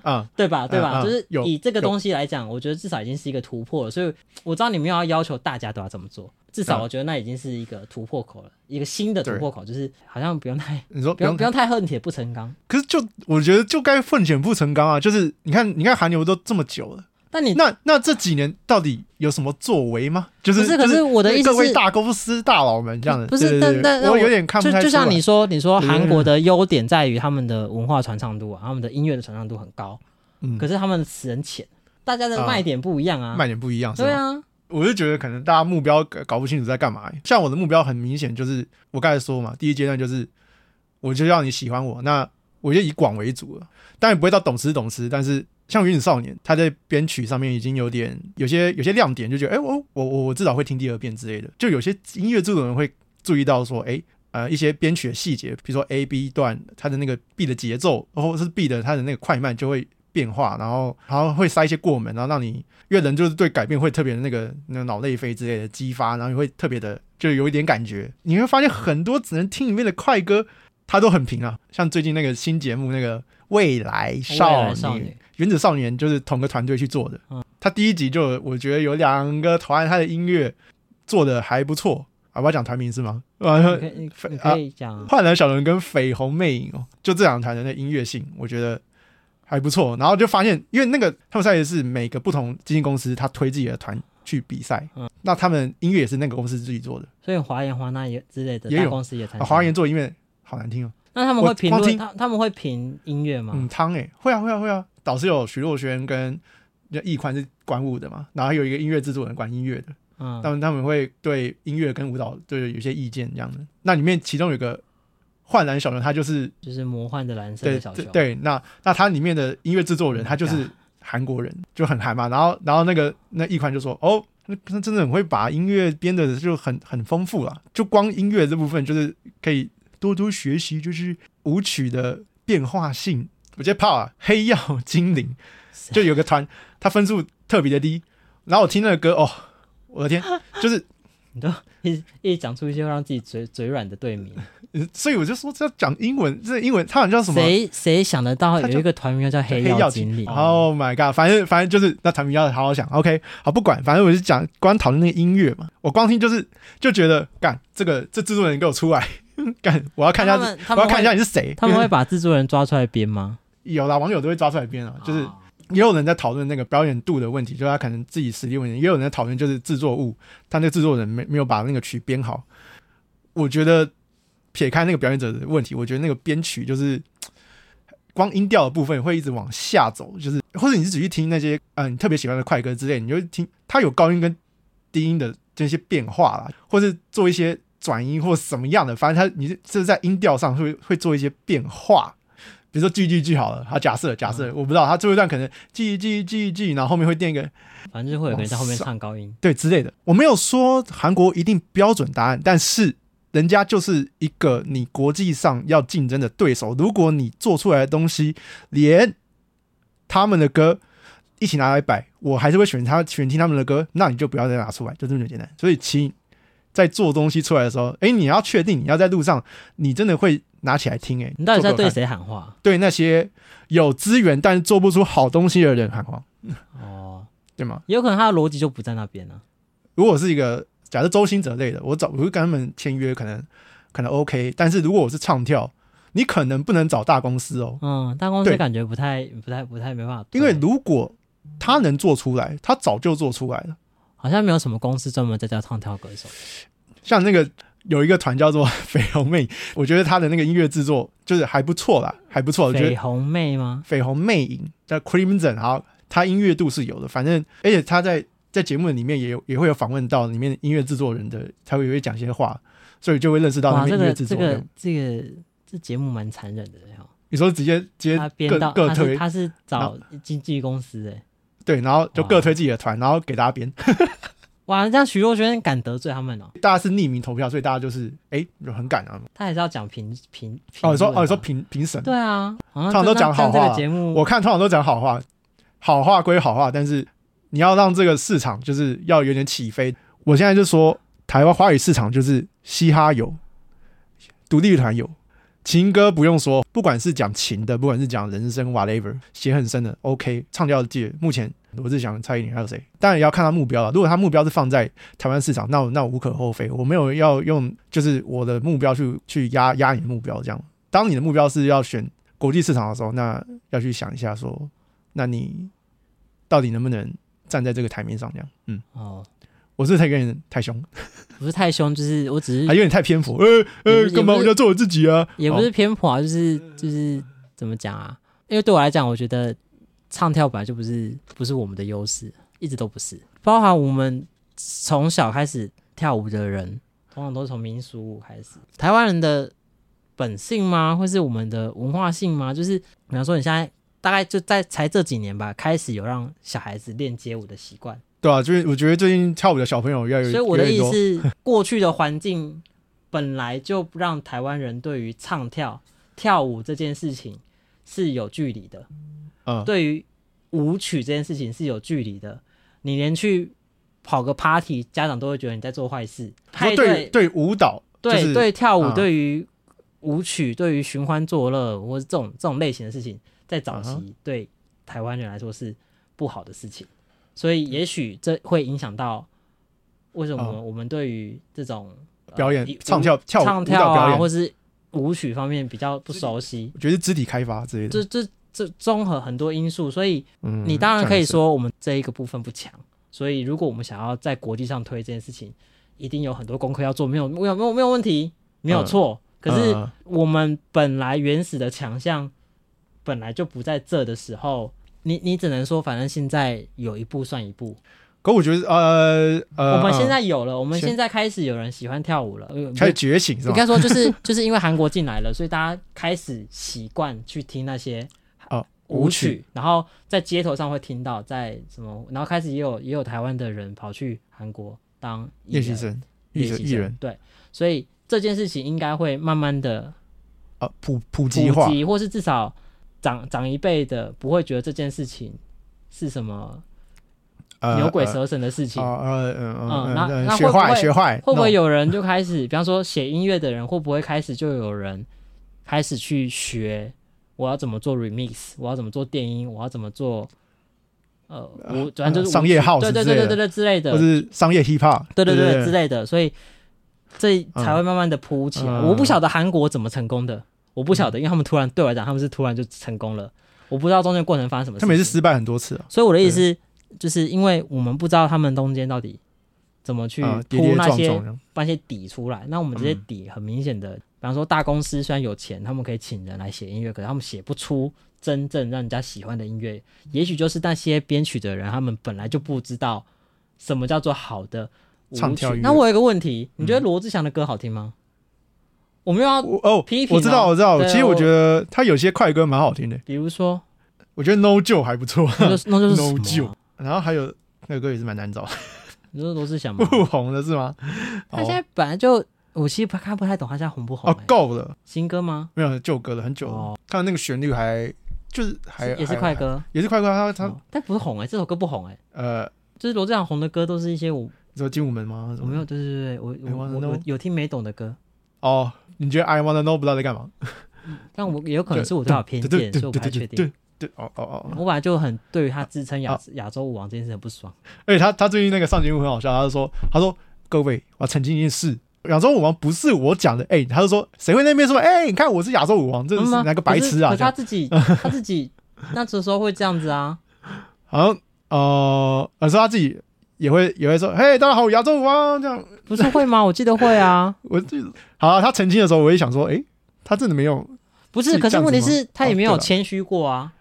啊，对吧？对吧？嗯嗯就是有以这个有东西来讲，我觉得至少已经是一个突破了。所以我知道你们要要求大家都要这么做，至少嗯我觉得那已经是一个突破口了，一个新的突对破口，就是好像不用太你说不不用用不用太恨铁不成钢。可是就我觉得就该奉献不成钢啊！就是你看，你看韩流都这么久了，但你那那这几年到底有什么作为吗？就是不是就可是我的意思各位是大公司大佬们这样的，不是对对对但但我我有点看不就太就像你出说，你说对韩国的优点在于他们的文化传唱度啊，他们的音乐的传唱度很高，嗯可是他们的词很浅，大家的啊卖点不一样啊，来卖点不一样，是对吗？啊，我就觉得可能大家目标搞搞不清楚在干嘛欸、像我的目标很明显，就是我刚才说嘛，第一阶段就是我就要你喜欢我，那我就以广为主了，当然不会到懂词懂词，但是像《原子少年》，他在编曲上面已经有点有些有些亮点，就觉得哎、我我我我至少会听第二遍之类的，就有些音乐制作人会注意到说，哎、呃，一些编曲的细节，比如说 A B 段它的那个 B 的节奏，或者是 B 的它的那个快慢就会变化，然后然后会塞一些过门，然后让你因为人就是对改变会特别的那个那个脑内啡之类的激发，然后你会特别的就有一点感觉。你会发现很多只能听里面的快歌，它都很平啊，像最近那个新节目那个未来未少来女，少 女原子少年就是同个团队去做的。嗯他第一集就有我觉得有两个团，他的音乐做的还不错。啊，我要讲团名是吗？啊，你嗯可以你你可以讲，啊幻蓝小人跟绯红魅影哦，就这两团的那音乐性，我觉得还不错。然后就发现，因为那个他们赛也是每个不同基金公司他推自己的团去比赛，嗯那他们音乐也是那个公司自己做的。所以华研、华纳也之类的也有大公司也参啊，加，华研做音乐好难听哦，那他们会我评光听论他他们会评音乐吗？嗯，汤哎、会啊会啊会啊，导师有徐若瑄跟那易宽是管舞的嘛，然后有一个音乐制作人管音乐的，嗯他们他们会对音乐跟舞蹈对有些意见这样的。那里面其中有个幻蓝小人，他就是就是魔幻的蓝色对的小对球，对，那那他里面的音乐制作人，他就是 Oh my 韩国人，就很韩嘛。然后然后那个那一宽就说：“哦，那那真的很会把音乐编的就很很丰富啦，就光音乐这部分就是可以多多学习，就是舞曲的变化性。”我觉得怕啊，黑曜 精灵是就有个团，他分数特别的低，然后我听那个歌，哦，我 的天，就是你都一一讲出一些会让自己嘴嘴软的队名，所以我就说这要讲英文，这英文他好像叫什么？谁谁想得到他有叫一个团名叫黑黑曜曜精灵？ Oh my god！反正反正就是那产品要好好想。OK，好不管，反正我就讲光讨论那个音乐嘛。我光听就是就觉得干这个这制作人给我出来干，我要看一下他们他我们要看一下会你是谁。他们会把制作人抓出来编吗？有啦，网友都会抓出来编啊， 就是哦也有人在讨论那个表演度的问题，就是他可能自己实力问题，也有人在讨论就是制作物，他那个制作人没没有把那个曲编好。我觉得撇开那个表演者的问题，我觉得那个编曲就是嘖光音调的部分会一直往下走，就是或者你是只去听那些嗯、呃你特别喜欢的快歌之类，你就听它有高音跟低音的这些变化啦，或是做一些转音或什么样的，反正它你是这是在音调上会会做一些变化。比如说 G G G 好了，好假设假设、我不知道，它最后一段可能 G G G G，然后后面会垫一个反正就会有个人在后哦面唱高音。对之类的。我没有说韩国一定标准答案，但是人家就是一个你国际上要竞争的对手。如果你做出来的东西连他们的歌一起拿来摆，我还是会选他选听他们的歌，那你就不要再拿出来，就这么简单。所以，请在做东西出来的时候，诶，你要确定你要在路上，你真的会拿起来听、诶，你到底在做给我对看谁喊话？对那些有资源但是做不出好东西的人喊话，哦，对吗？也有可能他的逻辑就不在那边啊呢、如果是一个假设周星哲类的，我找我会跟他们签约，可能可能 OK。但是如果我是唱跳，你可能不能找大公司哦，嗯，大公司对感觉不太、不太、不太没办法推，因为如果他能做出来，他早就做出来了。好像没有什么公司专门在叫唱跳歌手。像那个有一个团叫做 绯红魅影，我觉得他的那个音乐制作就是还不错啦，还不错。我觉绯得红妹吗？绯红魅影叫 Crimson，好，他音乐度是有的，反正而且他在在节目里面也有也会有访问到里面音乐制作人的，他会也会讲些话，所以就会认识到哇，那这边音乐个制这作人。个这个这节目蛮残忍的哦。你说直接直接他编各到各他是推他是然找经纪公司哎，对，然后就哇各推自己的团，然后给大家编。哇，这样徐若瑄敢得罪他们哦？大家是匿名投票，所以大家就是哎、就很敢啊。他还是要讲评评评哦，你说论哦，你说吧评评审，对啊，好像通常都这讲好这话个节目我看通常都讲好话，好话归好话，但是你要让这个市场就是要有点起飞。我现在就说，台湾华语市场就是嘻哈有，独立乐团有，情歌不用说，不管是讲情的，不管是讲人生 whatever，写很深的 OK，唱调界目前罗志祥、蔡依林还有谁？当然也要看他目标了。如果他目标是放在台湾市场，那我那我无可厚非，我没有要用就是我的目标去去压压你的目标这样。当你的目标是要选国际市场的时候，那要去想一下说，那你到底能不能站在这个台面上这样？嗯，哦，我是不是太跟人太凶，不是太凶，就是我只还是有点太偏颇。呃也呃不，是干嘛也不我是要做我自己啊？也不哦是偏颇啊，就是就是怎么讲啊？因为对我来讲，我觉得唱跳本来就不是不是我们的优势，一直都不是。包含我们从小开始跳舞的人，通常都是从民俗舞开始。台湾人的本性吗？或是我们的文化性吗？就是比方说，你现在大概就在才这几年吧，开始有让小孩子练街舞的习惯。对啊，就是我觉得最近跳舞的小朋友要有，所以我的意有点思多，是， 过去的环境本来就不让台湾人对于唱跳、跳舞这件事情是有距离的，嗯，对于舞曲这件事情是有距离的。你连去跑个 party，家长都会觉得你在做坏事。说派对对对舞蹈，就对是对，跳舞嗯对于舞曲、对于寻欢作乐或是这种这种类型的事情，在早嗯期对台湾人来说是不好的事情，所以也许这会影响到为什么嗯我们对于这种、呃表演以舞、唱跳、跳舞、唱舞跳蹈表啊，演，或是舞曲方面比较不熟悉，我觉得肢体开发之类的这。这这综合很多因素，所以嗯，你当然可以这样说我们这一个部分不强，所以如果我们想要在国际上推这件事情，一定有很多功课要做，没有没有没有没有问题，没有错。也可是，是嗯我们本来原始的强项本来就不在这的时候，你你只能说，反正现在有一步算一步。可我觉得呃呃，我们现嗯在有了，我们先现在开始有人喜欢跳舞了，呃开始觉醒是应吧？该说就是 就是因为韩国进来了，所以大家开始习惯去听那些哦舞舞曲曲，然后在街头上会听到，在什么，然后开始也有也有台湾的人跑去韩国当艺练习人、生、艺练人、习艺生人，对，所以这件事情应该会慢慢的啊，普普及普化，及，或是至少长长一辈的不会觉得这件事情是什么呃牛鬼呃蛇神的事情。啊呃嗯嗯嗯那嗯，那学会不坏会学坏，会不会有有人就开始，比方说写音乐的人，会不会开始就有人开始去学我要怎么做 remix，我要怎么做电音，我要怎么做呃，我反正就是舞曲商业 house 对对对对对对之类的或，是商业 hip hop，对对对对之类的，所以这才会慢慢的铺起来。嗯我不晓得韩国怎么成功的，我不晓得，因为他们突然对我来讲，他们是突然就成功了，我不知道中间过程发生什么事他情。们也是失败很多次啊，所以我的意思是，就是因为我们不知道他们中间到底怎么去啊跌铺跌那撞些撞这样，搬些底出来。那我们这些底很明显的，嗯比方说大公司虽然有钱，他们可以请人来写音乐，可是他们写不出真正让人家喜欢的音乐。也许就是那些编曲的人，他们本来就不知道什么叫做好的舞唱曲跳音。乐那我有一个问题，你觉得罗志祥的歌好听吗？我们要我哦批，评我知道哦我知道，对其实我我觉得他有些快歌蛮好听的，比如说，我觉得 No 救还不错，那 就是那就是 No 什么啊救然后还有那个歌也是蛮难找，你说罗志 祥吗？不红的是吗？他现哦在本来就，我其实不看不太懂他现在红不红、哦欸够了，新歌吗？没有旧歌了，很久了哦，看到那个旋律还就是还是也是还快还歌，也是快歌，他他哦但不是红哎、欸，这首歌不红哎、欸，呃，就是罗志祥红的歌都是一些我你说精武门吗？我没有，对对对，我 I wanna 我我 know 我有听没懂的歌，哦，你觉得 I wanna know 不知道在干嘛？但我也有可能就是我对他有偏见，对对所以我不对对太对确对定对。对，哦哦哦，我本来就很对于他自称亚啊亚洲舞王这件事很不爽，而且他他最近那个上节目很好笑，他就说他说各位，我曾经一件事，亚洲舞王不是我讲的，哎、他就说谁会那边说，哎、你看我是亚洲舞王，这是嗯吗哪个白痴可是可啊？是这他样自己他自己那时候会这样子啊，好像呃，而是他自己也会也会说，嘿，大家好，我牙周王这样。不是会吗？我记得会啊，我就好、啊，他澄清的时候，我也想说，诶，他真的没有，不是是，可这是样子问题吗是，他也哦没对有了谦虚过啊。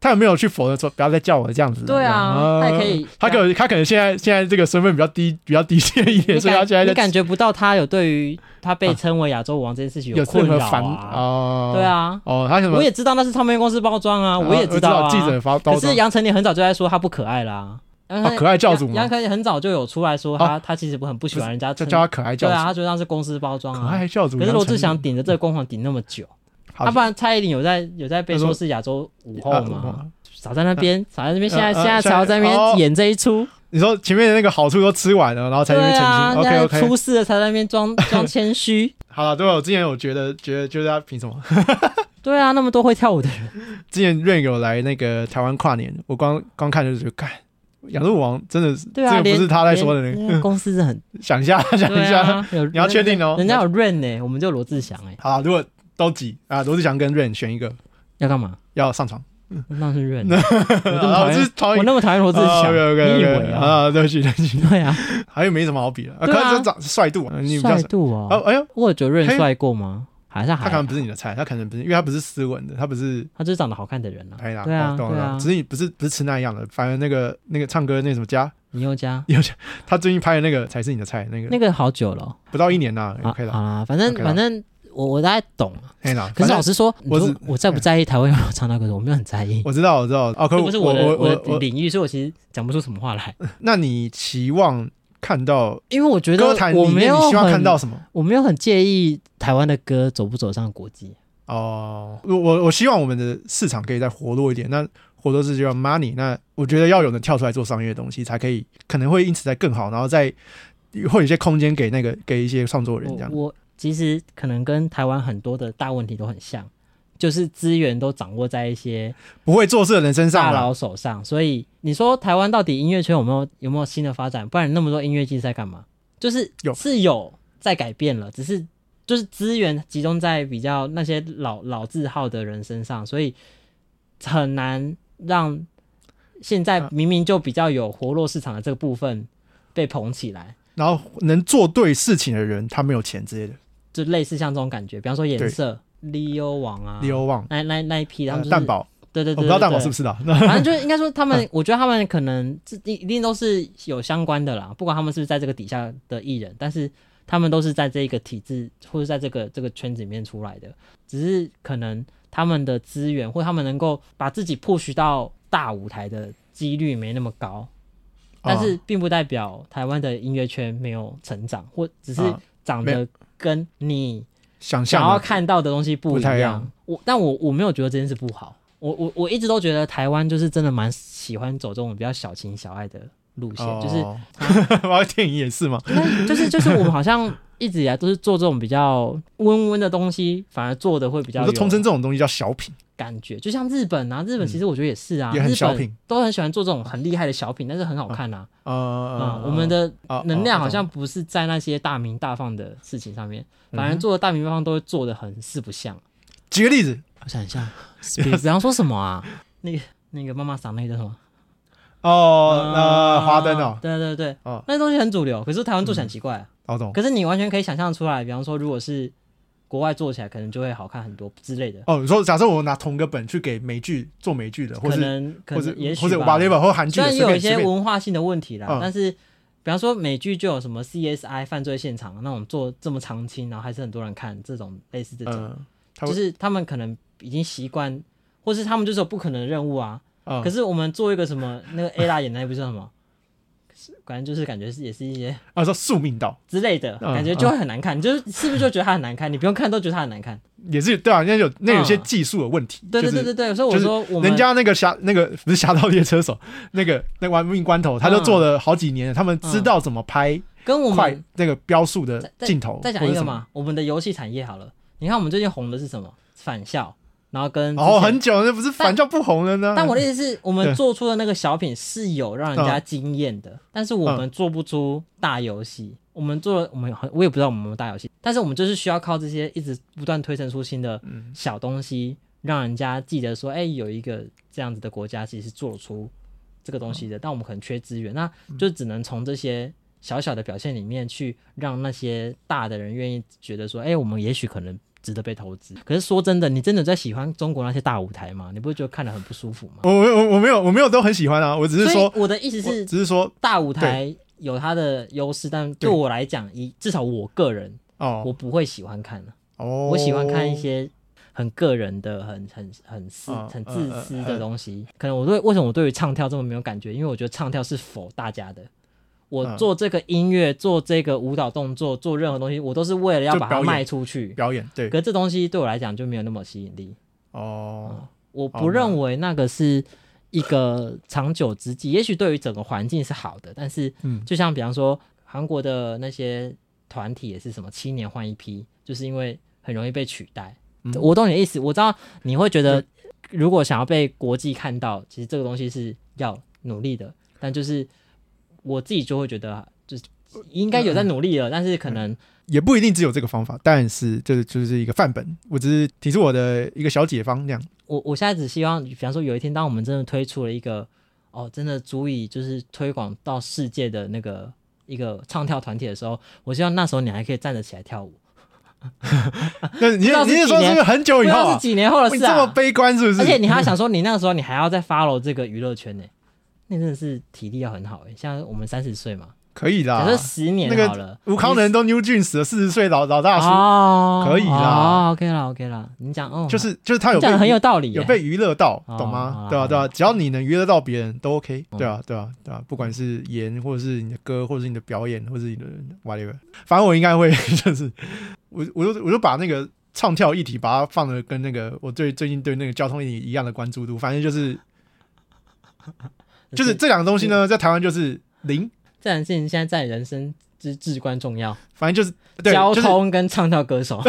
他有没有去否认说不要再叫我这样子？对啊他这样也可以他可能他可能现在现在这个身份比较低，比较低贱一点，你所以他感现在你在感觉不到他有对于他被称为亚洲舞王这件事情有困任何扰烦啊？哦，对，啊，哦，他什么哦我也知道那是唱片公司包装啊，我也知道啊。记者发可刀是杨丞琳很早就在说他不可爱啦。杨丞啊琳可爱教主吗呃啊杨杨丞琳很早就有出来说他他其实不很不喜欢人家就称叫他可爱教对主，啊，他觉得那是公司包装可啊。爱教主。可是罗志杨祥丞顶着这个光环顶那么久，琳，好他哦不然蔡依林有在有在被他说说是亚洲舞后啊吗？我少在那边，少在那边，现在啊啊现在才现在要在那哦边演这一出，你说前面的那个好处都吃完了，然后才对因为澄啊，清。现 OK 在 OK，出事了才在那边装 装谦虚，好了，对我之前有觉得觉得觉得他凭什么？ 对啊，那么多会跳舞的人，之前瑞有来那个台湾跨年，我光光看就觉得，看养鹿王真的是，对啊，这个连不是他在说的那个，连那个嗯公司是 很，想一下想对一下。啊，有你要确定哦人家有 Rain 呢，我们就罗志祥哎，好啦，如果都挤啊，罗志祥跟 Rain 选一个要干嘛？要上床。那是 Rain，我这么啊讨我是厌，讨我厌那么讨厌罗志祥， OK 你以 OK 为哦 OK 啊？啊，对不起对不起，对啊，好像没什么好比的。可对啊是长帅度，呃你比较帅度哦哦，，哎哎呦，我有觉得 Rain 嘿帅过吗？还是他还可能好不是你的菜，他可能不是，因为他不是斯文的，他不是他就是长得好看的人啊，哎呀，对啊哦懂对了啊懂了，只是你不是不是吃那样的，反而那个那个唱歌那个什么家，林宥嘉他最近拍的那个才是你的菜，那那个个好久了哦。不到一年呐啊，OK 哎了，好啦，反正 OK 啦反正我我大概懂啊。可以啦。可反是正老实说，你我说只我在不在意台湾有没有唱那歌手，我没有很在意。 我知道，我知道。哦，可这我不是我的我的我，领域，所以我其实讲不出什么话来。那你期望看到因为我觉得歌坛我里没面，有你希望很看到什么？我没有很介意台湾的歌走不走上国际。哦，我我我希望我们的市场可以再活络一点。那活络是就要 money，那我觉得要有人跳出来做商业的东西，才可以可能会因此再更好，然后再会有一些空间给那个给一些创作人这我样。我其实可能跟台湾很多的大问题都很像，就是资源都掌握在一些不会做事的人身大上啦佬手上，所以你说台湾到底音乐圈有没有有没有新的发展？不然那么多音乐季在干嘛？就是有是有在改变了，只是就是资源集中在比较那些老老字号的人身上，所以很难让现在啊明明就比较有活络市场的这个部分被捧起来，然后能做对事情的人，他没有钱之类的。就类似像这种感觉，比方说颜对色、利欧王啊、李欧旺、那那那一批，他呃们就是蛋堡，对对对，我不知道蛋堡对是不是的。反正就是应该说，他 们我觉得他们可能这一一定都是有相关的啦，不管他们是不是在这个底下的艺人，但是他们都是在这一个体制或者在这个这个圈子里面出来的，只是可能他们的资源或他们能够把自己 push 到大舞台的几率没那么高，但哦啊是并不代表台湾的音乐圈没有成长，或只是啊长没得跟你想象想的要看到的东西不不一太一样样。我但我我没有觉得这件事不好，我我我一直都觉得台湾就是真的蛮喜欢走这种比较小情小爱的路线，哦就是， 我要电影也是嘛，那就是就是我们好像一直以来都是做这种比较温温的东西，反而做的会比我较说有童声这种东西叫小品，感觉，就像日本啊，日本其实我觉得也是啊，也很日小本品都很喜欢做这种很厉害的小品，但是很好看啊。嗯，，呃我们的啊能量好。啊像不是在那些大名大放的事情上面，反而嗯哼做的大名大放都会做的很四不像。呃举个例子，我想一下 ，Speed 然后说什么啊？那个那个妈妈桑那个叫什么？哦，那啊花灯哦，对对对，哦嗯那东西很主流，可是台湾做起来很奇怪、啊我懂。可是你完全可以想象出来，比方说如果是国外做起来，可能就会好看很多之类的。哦，你说假设我拿同个本去给美剧做美剧的，或可是能可或者能也许或者吧 whatever 或韩剧虽的，然也随有一便随些便。文化性的问题啦，嗯但是比方说美剧就有什么 CSI 犯罪现场啊那种做这么长青，然后还是很多人看这种类似这种，嗯，他就会是他们可能已经习惯，或是他们就是有不可能的任务啊，嗯可是我们做一个什么，那个 A 拉演的那部叫什么？ 反正就是感觉是也是一些啊，说宿命道之类的，嗯感觉就会很难看。你就是是不是就觉得它很难看？你不用看都觉得它很难看。也是对啊，那有那有些嗯技术的问题，对就对是对对对，所以我就是说我们人家那个侠那个不是侠盗猎车手，那个那玩命关嗯头，他都做了好几年了，他们知道怎么拍跟我快们那个标速的嗯再镜头，再讲或一者个什么。嘛，我们的游戏产业好了，你看我们最近红的是什么？返校，然后跟哦，之前很久那不是反教不红了呢？但我的意思是，我们对做出的那个小品是有让人家惊艳的，但是我们做不出大游戏。我们做了，我们很我也不知道我们有没有大游戏，但是我们就是需要靠这些一直不断推陈出新的小东西，让人家记得说，哎、有一个这样子的国家其实做出这个东西的，但我们可能缺资源，那就只能从这些小小的表现里面去让那些大的人愿意觉得说，哎、我们也许可能值得被投资。可是说真的，你真的在喜欢中国那些大舞台吗？你不会觉得看得很不舒服吗？我我我我没有我没有都很喜欢啊，我只是所说以，我的意思我是，只是说大舞台有它的优势，但对对我来讲，以至少我个人，哦我不会喜欢看、啊。哦，我喜欢看一些很个人的、很很很私、嗯很自私的东西。可能我对为什么我对于唱跳这么没有感觉？因为我觉得唱跳是否大家的。我嗯做这个音乐、做这个舞蹈动作、做任何东西，我都是为了要就把它表演卖出去。表演，对可是这东西对我来讲就没有那么吸引力。哦，我不好认为那个是一个长久之计。也许对于整个环境是好的，但是嗯就像比方说韩国的那些团体也是什么七年换一批，就是因为很容易被取代。嗯我懂你的意思，我知道你会觉得，如果想要被国际看到，其实这个东西是要努力的，但就是我自己就会觉得，就是应该有嗯在努力了，但是可能也不一定只有这个方法，但是这就是一个范本，我只是提出我的一个小解方这样。我我现在只希望，比方说有一天，当我们真的推出了一个哦，真的足以就是推广到世界的那个一个唱跳团体的时候，我希望那时候你还可以站得起来跳舞。那你啊不知道是你是说几年是不是很久不以知后道是啊？几年后的你事这么啊！悲观是不是？而且你还要想说，你那个时候你还要再 follow 这个娱乐圈呢、那真的是体力要很好诶、欸像我们三十岁嘛，可以假啦设，十年啊那个好了，吴康仁都 New Jeans 了，四十岁老老大叔，哦，可以啦哦，OK 啦，OK 啦，你讲哦，就是就是他你有讲的被很有道理、欸，有被娱乐到，哦懂好吗啦？对啊，对好啊，啦只要你能娱乐到别人都 OK，嗯对啊，对啊，对啊，不管是演或者是你的歌，或者是你的表演，或者是你的 whatever，反正我应该会 就是我我就我就把那个唱跳议题把它放的跟那个我对最近对那个交通议题一样的关注度，反正就是就是这两个东西呢，在台湾就是零，这件事情现在在你人生之至关重要，反正就是对，交就是通跟唱跳歌 手。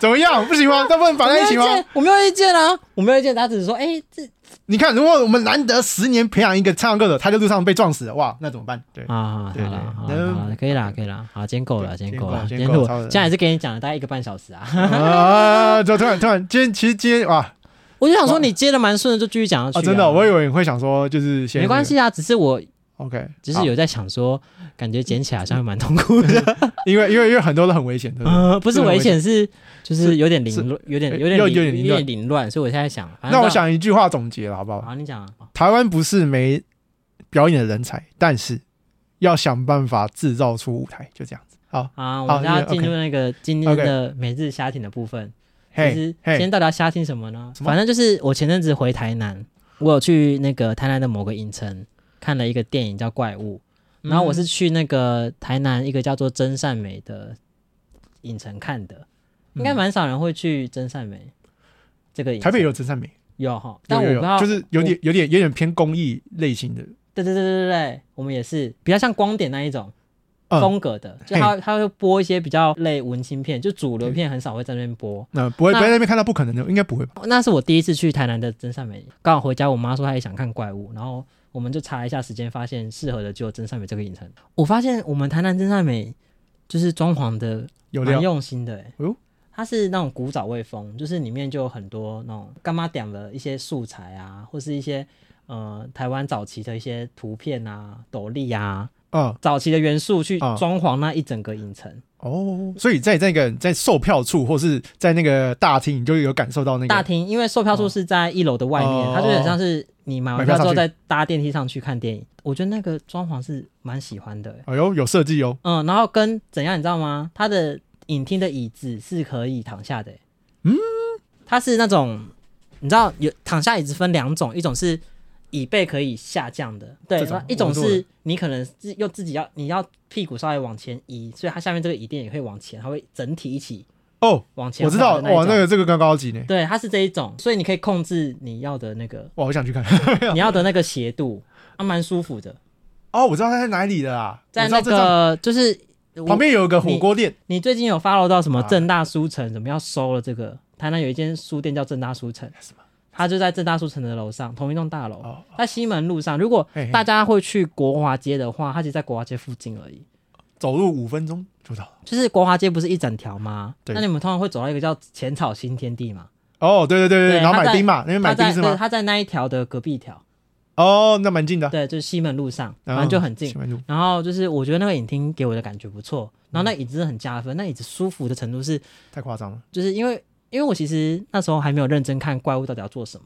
怎么样不行 吗？这不能绑在一起吗？我没有意见啊，我没有意见，他只是说，哎、这你看，如果我们难得十年培养一个唱歌手，他在路上被撞死了，哇，那怎么办？对。啊，好对对了，好能了，好啦可以啦，可以啦，好，今天够了，对今天够了，今今天天够了录，差不多现在也是给你讲了大概一个半小时啊， 啊！就突然突然，今天其实今天哇我就想说你接的蛮顺的，就继续讲下去、啊，真的，我以为你会想说就是先没关系啊，只是我，OK，只好嗯是有在想说，感觉捡起来好像会蛮痛苦的，因为因为因为很多都很危险，对不 对？呃，不是是很危危险，是就是有点凌乱，有点有点哎又凌有点凌有乱点凌乱，所以我现在想，反正那到，我想一句话总结了，好不好？好，你讲啊，台湾不是没表演的人才，但是要想办法制造出舞台，就这样子。好，啊，我好们现在因为进入那个今天 OK 的每日瞎听的部分。其嘿实今嘿天到底要瞎听什么呢？什么反正就是我前阵子回台南，我有去那个台南的某个影城看了一个电影叫《怪物》，嗯然后我是去那个台南一个叫做真善美的影城看的，应该蛮少人会去真善美这个影嗯台城。北有真善美，有哈，但有我有不知道，有，就是有点有点有点偏公益类型的，对对对对对对，我们也是比较像光点那一种。嗯风格的，就他他会播一些比较类文青片，就主嗯流片很少会在那边播。那不会那不会在那边看到不可能的，应该不会吧？那是我第一次去台南的真善美，刚好回家，我妈说她也想看怪物，然后我们就查一下时间，发现适合的只有真善美这个影城。我发现我们台南真善美就是装潢的有蛮料，用心的、欸，哎呦它是那种古早味风，就是里面就有很多那种干妈点的一些素材啊，或是一些呃台湾早期的一些图片啊、斗笠啊，嗯早期的元素去啊装潢那一整个影城。哦，所以在那个在售票处或是在那个大厅，你就有感受到那个大厅，因为售票处是在一楼的外面，哦它就很像是你买完票之后买票上再搭电梯上去看电影。我觉得那个装潢是蛮喜欢的欸、哎呦，有设计哦。嗯，然后跟怎样你知道吗？它的影厅的椅子是可以躺下的、嗯，它是那种你知道有躺下椅子分两种，一种是椅背可以下降的，对，这种然后一种我懂是你可能是又自己要你要屁股稍微往前移，所以它下面这个椅垫也会往前，它会整体一起哦，往前我知滑道，的一哇，种那个这个更高级呢。对，它是这一种，所以你可以控制你要的那个哇，我想去看。 你要的那个斜度，它蛮舒服的。哦，我知道它在哪里了啦，在我知道那这张个就是我旁，边有一个火锅店。你最近有 follow 到什么啊正大书城怎么要收了这个？台南有一间书店叫正大书城，它就在正大书城的楼上，同一栋大楼，哦，在西门路上。如果嘿嘿大家会去国华街的话，它其实在国华街附近而已。走路五分钟就到了。就是国华街不是一整条吗？对那你们通常会走到一个叫浅草新天地嘛？哦，对对对对然后他买在丁嘛，那边买他丁在是对吗？他在那一条的隔壁条，哦，那蛮近的，嗯对，就是西门路上，反然后正就很近西。门路然后就是我觉得那个影厅给我的感觉不错，然嗯后那椅子真的很加分，那椅子舒服的程度是，太夸张了。就是因为因为我其实那时候还没有认真看怪物到底要做什么，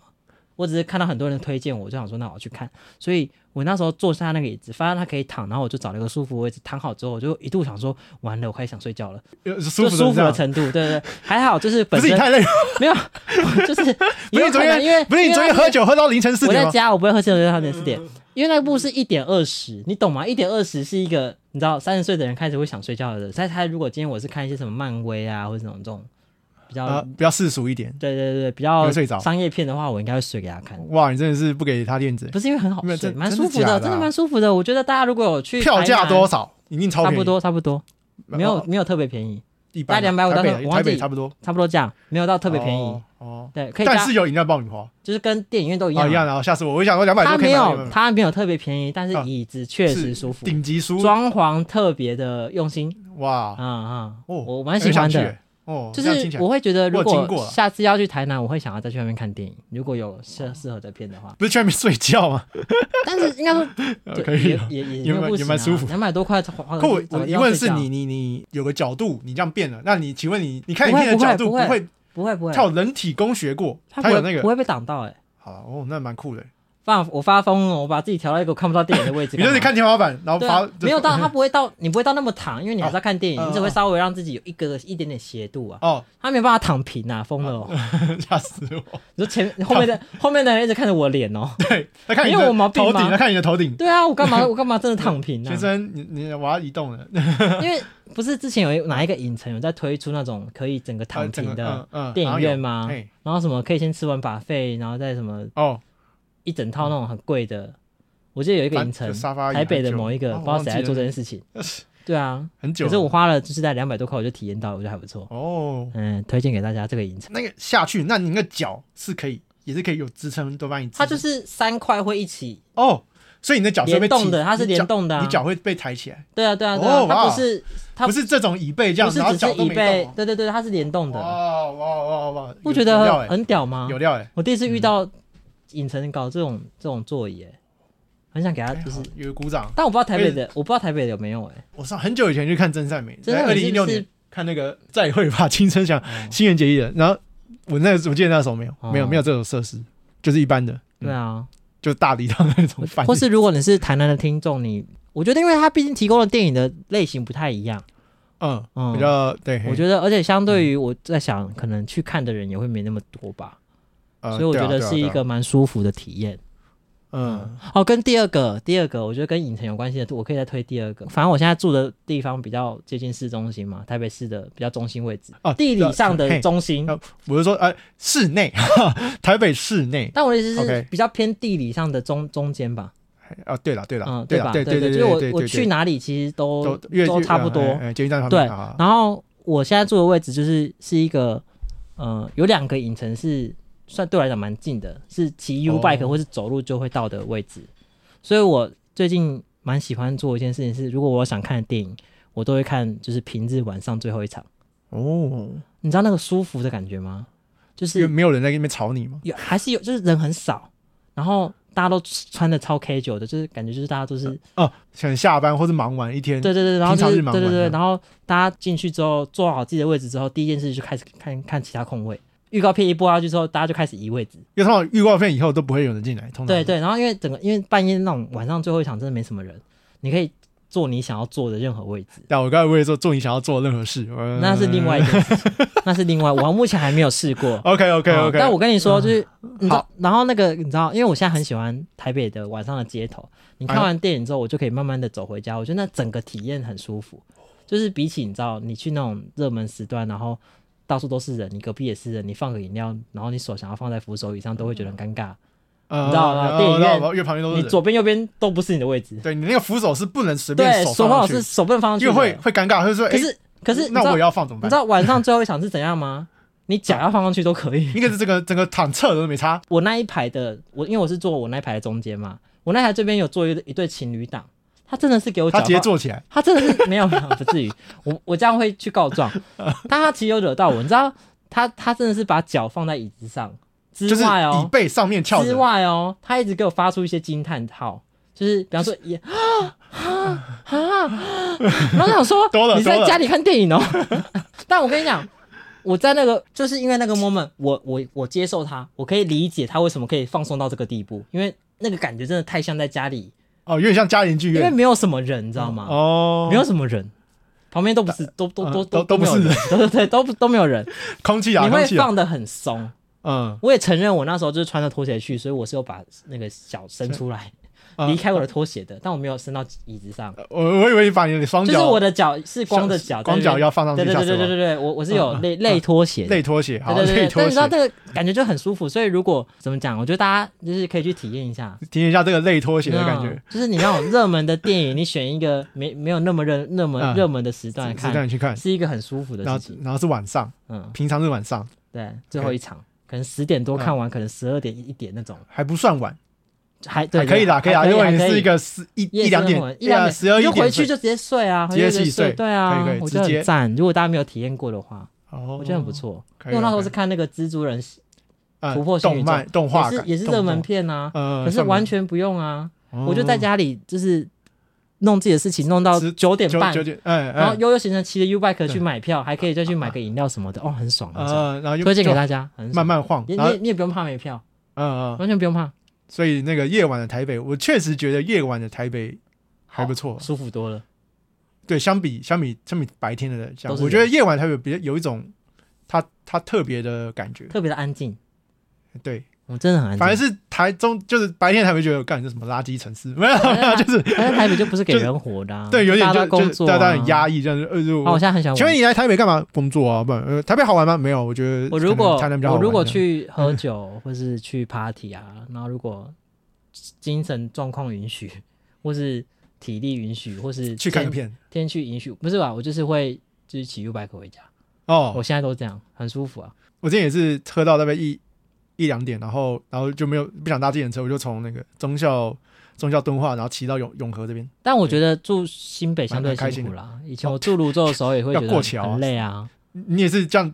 我只是看到很多人推荐我，就想说那我要去看，所以我那时候坐下那个椅子，发现它可以躺，然后我就找了一个舒服位置躺好之后，我就一度想说完了，我开始想睡觉了，呃舒就服舒服的的这样，程度，对对对，还好就是不本是你身太 累了，没有，就是不是也有你昨可能因为天，不是因你为昨那天个喝酒喝到凌晨四我点在吗？家，我不会喝七点到点四点，因为那部是一点二十，你懂吗？一点二十是一个你知道三十岁的人开始会想睡觉的人。但是他如果今天我是看一些什么漫威啊，或者什么这种比较、呃，比较世俗一点。对对对比你较会睡着商业片的话，我应该会睡给他看。哇，你真的是不给他面子。不是因为很好没有睡，这蛮真的舒服假的啊真的蛮舒服的。我觉得大家如果有去票价台南多少？一定超差便宜，不多差不多，呃没有没有特别便宜，一般啊大概250台但是北我台忘记北差不多，差不多这样，没有到特别便宜。哦哦。对，可以但加是，有饮料爆米花哦就是跟电影院都一样啊、一样的哦，吓死我！我想说两百它多可没以买有它没有特别便宜，但是啊椅子确实舒服。顶级书装潢特别的用心哇啊啊、哦，我蛮喜欢很想去的。欸哦，就这样听起是来我会觉得，如我有经过果啊下次要去台南，我会想要再去外面看电影，如果有适适合的片的 话。不是去外面睡觉吗？但是应该 说，可对，以也啊。也也也没有蛮不也行蛮舒啊服，两百多块花花 可我花我疑要问睡是觉你你你有个角度，你这样变了，那你请问你你看影不会片的不会角度不会会？不会不会他，有人体工学过，他他不有会那不个，会被挡到哎，好哦，那蛮酷的。发我发疯 了，我把自己调到一个我看不到电影的位置你干就嘛。是看天花板，然后对发啊，没有到，它不会到，你不会到那么躺，因为你还是要看电影，哦你只会稍微让自己有一个一点点斜度啊，哦， 他没有办法躺平啊，疯了哦。吓死 我！你说前后面的后面的人一直看着我脸哦。对，他看没你有我的毛病头吗顶，他看你的头 顶。对啊，我干嘛我干嘛真的躺 平先啊？生，你你我要移动了，因为不是之前有一哪一个影城有在推出那种可以整个躺 整平个的嗯嗯电影院然吗后有？哎然后什么可以先吃完把费，然后再什么哦，一整套那种很贵的。我记得有一个影反城正，沙发台北的某一个，哦不知道谁在做这忘件事情。记了对啊， 很久可是了。我花了就是在两百多块，我就体验到了，我觉得还不错。哦，嗯，推荐给大家这个影城，那个下去，那你那个脚是可以，也是可以有支撑，都帮你支它撑。就是三块会一起哦，所以你的脚是会被联动起的，它是你联脚动的啊你。脚会被抬起来，对啊，对啊，对啊，哦它哇不是它不是这种椅背这不样，是然后只脚是都椅没背动哦。，对对对，它是联动的。哇哇哇哇！不哦有觉有料得欸很屌吗？有料哎，我第一次遇到影城搞这种这种座椅、欸，很想给他哎就是好，有鼓掌。但我不知道台北的，我不知道台北的有没有哎、我上很久以前去看真善美，真善在哎二美零是一不六是年哦看那个《再会吧，青春响》新垣结衣的，然后我那我记得那时候没有哦没有没有这种设施，就是一般的，嗯对啊，就是大礼堂那种饭或店。是如果你是台南的听众，你我觉得，因为它毕竟提供的电影的类型不太一样，嗯，嗯比，较对，我得觉得，而且相嗯对于我在想，可能去看的人也会没那么多吧，啊呃所以我觉得是一个蛮舒服的体验。嗯哦，跟第二个，第二个，我觉得跟影城有关系的，我可以再推第二个。反正我现在住的地方比较接近市中心嘛，台北市的比较中心位置，啊哦地理上嘿的中心。啊我是说呃室内， 哈哈台北室内但我的意思 OK 是比较偏地理上的中中间吧，啊，对了对了嗯，对吧？对对对就是对我我对去哪里其实都都越都越差不多。哎哎捷运站旁对边啊，然后我现在住的位置就是是一个，呃，有两个影城是算对我来讲蛮近的，是骑 U 哦 bike 或是走路就会到的位置。所以我最近蛮喜欢做一件事情是，如果我想看的电影，我都会看就是平日晚上最后一场。哦，你知道那个舒服的感觉吗？就因为是没有人在那边吵你嘛，有还是有，就是人很少，然后大家都穿的超 K 九的，就是感觉就是大家都是哦，想下班或者忙完一天，对对对，然后平就常是日忙对对完对，这然后大家进去之后坐好自己的位置之后，第一件事就开始看看其他空位。预告片一播下去之后，大家就开始移位置。因为他们预告片以后都不会有人进来，通常对对，然后因为整个因为半夜那种晚上最后一场真的没什么人，你可以坐你想要坐的任何位置，但我刚才为了说做你想要做的任何事，呃那是另外一件事情，那是另外，我目前还没有试过。 OK OK 啊 OK。嗯但我跟你说，就是你知道好，然后那个你知道，因为我现在很喜欢台北的晚上的街头。哎你看完电影之后，我就可以慢慢的走回家，我觉得那整个体验很舒服。就是比起你知道，你去那种热门时段，然后到处都是人，你隔壁也是人，你放个饮料，然后你手想要放在扶手椅上，都会觉得很尴尬。呃你知道吗然后电影院然后越旁边都你是人，左边右边都不是你的位置，对你那个扶手是不能随便对，手手放放上是去，手不能放上去因为的，会会尴尬，会说可哎，是可是你那知道我也要放怎么你办 知？道晚上最后一场是怎样吗？你脚要放上去都可以。 一个是这个整个躺侧都没差，我那一排的，我因为我是坐我那一排的中间嘛，我那一排这边有坐一一对情侣档，他真的是给我他脚直接放，坐起来，他 真的是没有没有不至于，我我这样会去告状，但他其实有惹到我，你知道他他真的是把脚放在椅子上之就是外椅哦，背上面翘之着，外哦，他一直给我发出一些惊叹号，就是比方说也 啊 啊啊，然后我想说多了你多在了家里看电影哦， 但我跟你讲。我在那个，就是因为那个 moment，我我我接受他，我可以理解他为什么可以放松到这个地步，因为那个感觉真的太像在家里，哦，有点像家庭剧因为院没有什么人，你知道吗？哦，没有什么人，旁边都不是，都都都嗯都都不没有是人，对对对，都不都没有 人，空气啊，你空会气啊，放的很松。嗯，我也承认我那时候就是穿着拖鞋去，所以我是有把那个脚伸出来，嗯离开我的拖鞋的，但我没有伸到椅子上，我我以为你把你的双就是脚我的脚是光着脚，光脚要要放上对去对下对对水对吗对对，我我是有嗯类嗯类拖鞋的。类拖鞋，好，对对类对，但拖你知道鞋，这个感觉就很舒服，所以如果怎么讲，我觉得大家就是可以去体验一下，体验一下这个类拖鞋的感嗯觉，就是你那种热门的电影，你选一个没没有那么热那么嗯热门的时段是看，让你去看，是一个很舒服的然事后情。然后是晚上，嗯，平常是晚上，对，最后一场可能十点多啊看完，可能十二点一点那种，还不算晚，还对还可以啦，还可以啦。如果你还可是以一个十一夜一两生点哎啊活一两点十二一就点回去睡就直接睡啊，直接回去就自己睡对啊，可以可以我直觉得接很赞。如果大家没有体验过的话，哦我觉得很不，错。可因以为我那时候可以是看那个蜘蛛人，嗯突破性宇动宙漫动画也感是也是动热门动片啊，呃，可是算完吗全不用啊，我就在哦家里就是弄自己的事情，弄到十九点九半九。点，哎，然后哎悠悠行程骑着 U bike 去买票，还可以再去买个饮料什么的，哦，很爽，很爽。呃，然后就推荐给就大家，很慢爽。慢晃，你然后你你也不用怕没票，嗯嗯，完全不用怕，所以那个夜晚的台北，我确实觉得夜晚的台北还不错，舒服多了。对，相比相比相比白天的讲，都是我人觉得夜晚台北比较有一种它它特别的感觉，特别的安静，对，我真的很安静。反而是台中就是白天台北觉得干这什么垃圾城市，没有没有， 就是反正台北就不是给人活的、啊，对，有点啊大家都就工就是作、啊，大家很压抑，这样就呃就啊，我现在很想请问玩。你来台北干嘛？工作啊？不然，呃，台北好玩吗？没有，我觉得我如可果能台南比较好我玩如果， 去喝酒或是去 party 啊，然后如果精神状况允许，或是体力允许，或是去看天个片天气允许，不是吧？我就是会就是骑 U bike 回家，哦。我现在都这样，很舒服啊。我之前也是喝到大概一一两点，然后然后就没有不想搭自行车，我就从那个中校中校敦化，然后骑到永永和这边。但我觉得住新北相对蛮开辛心苦的哦啦。以前我住泸州的时候也会 要觉得过很桥啊很累啊。你你也是这样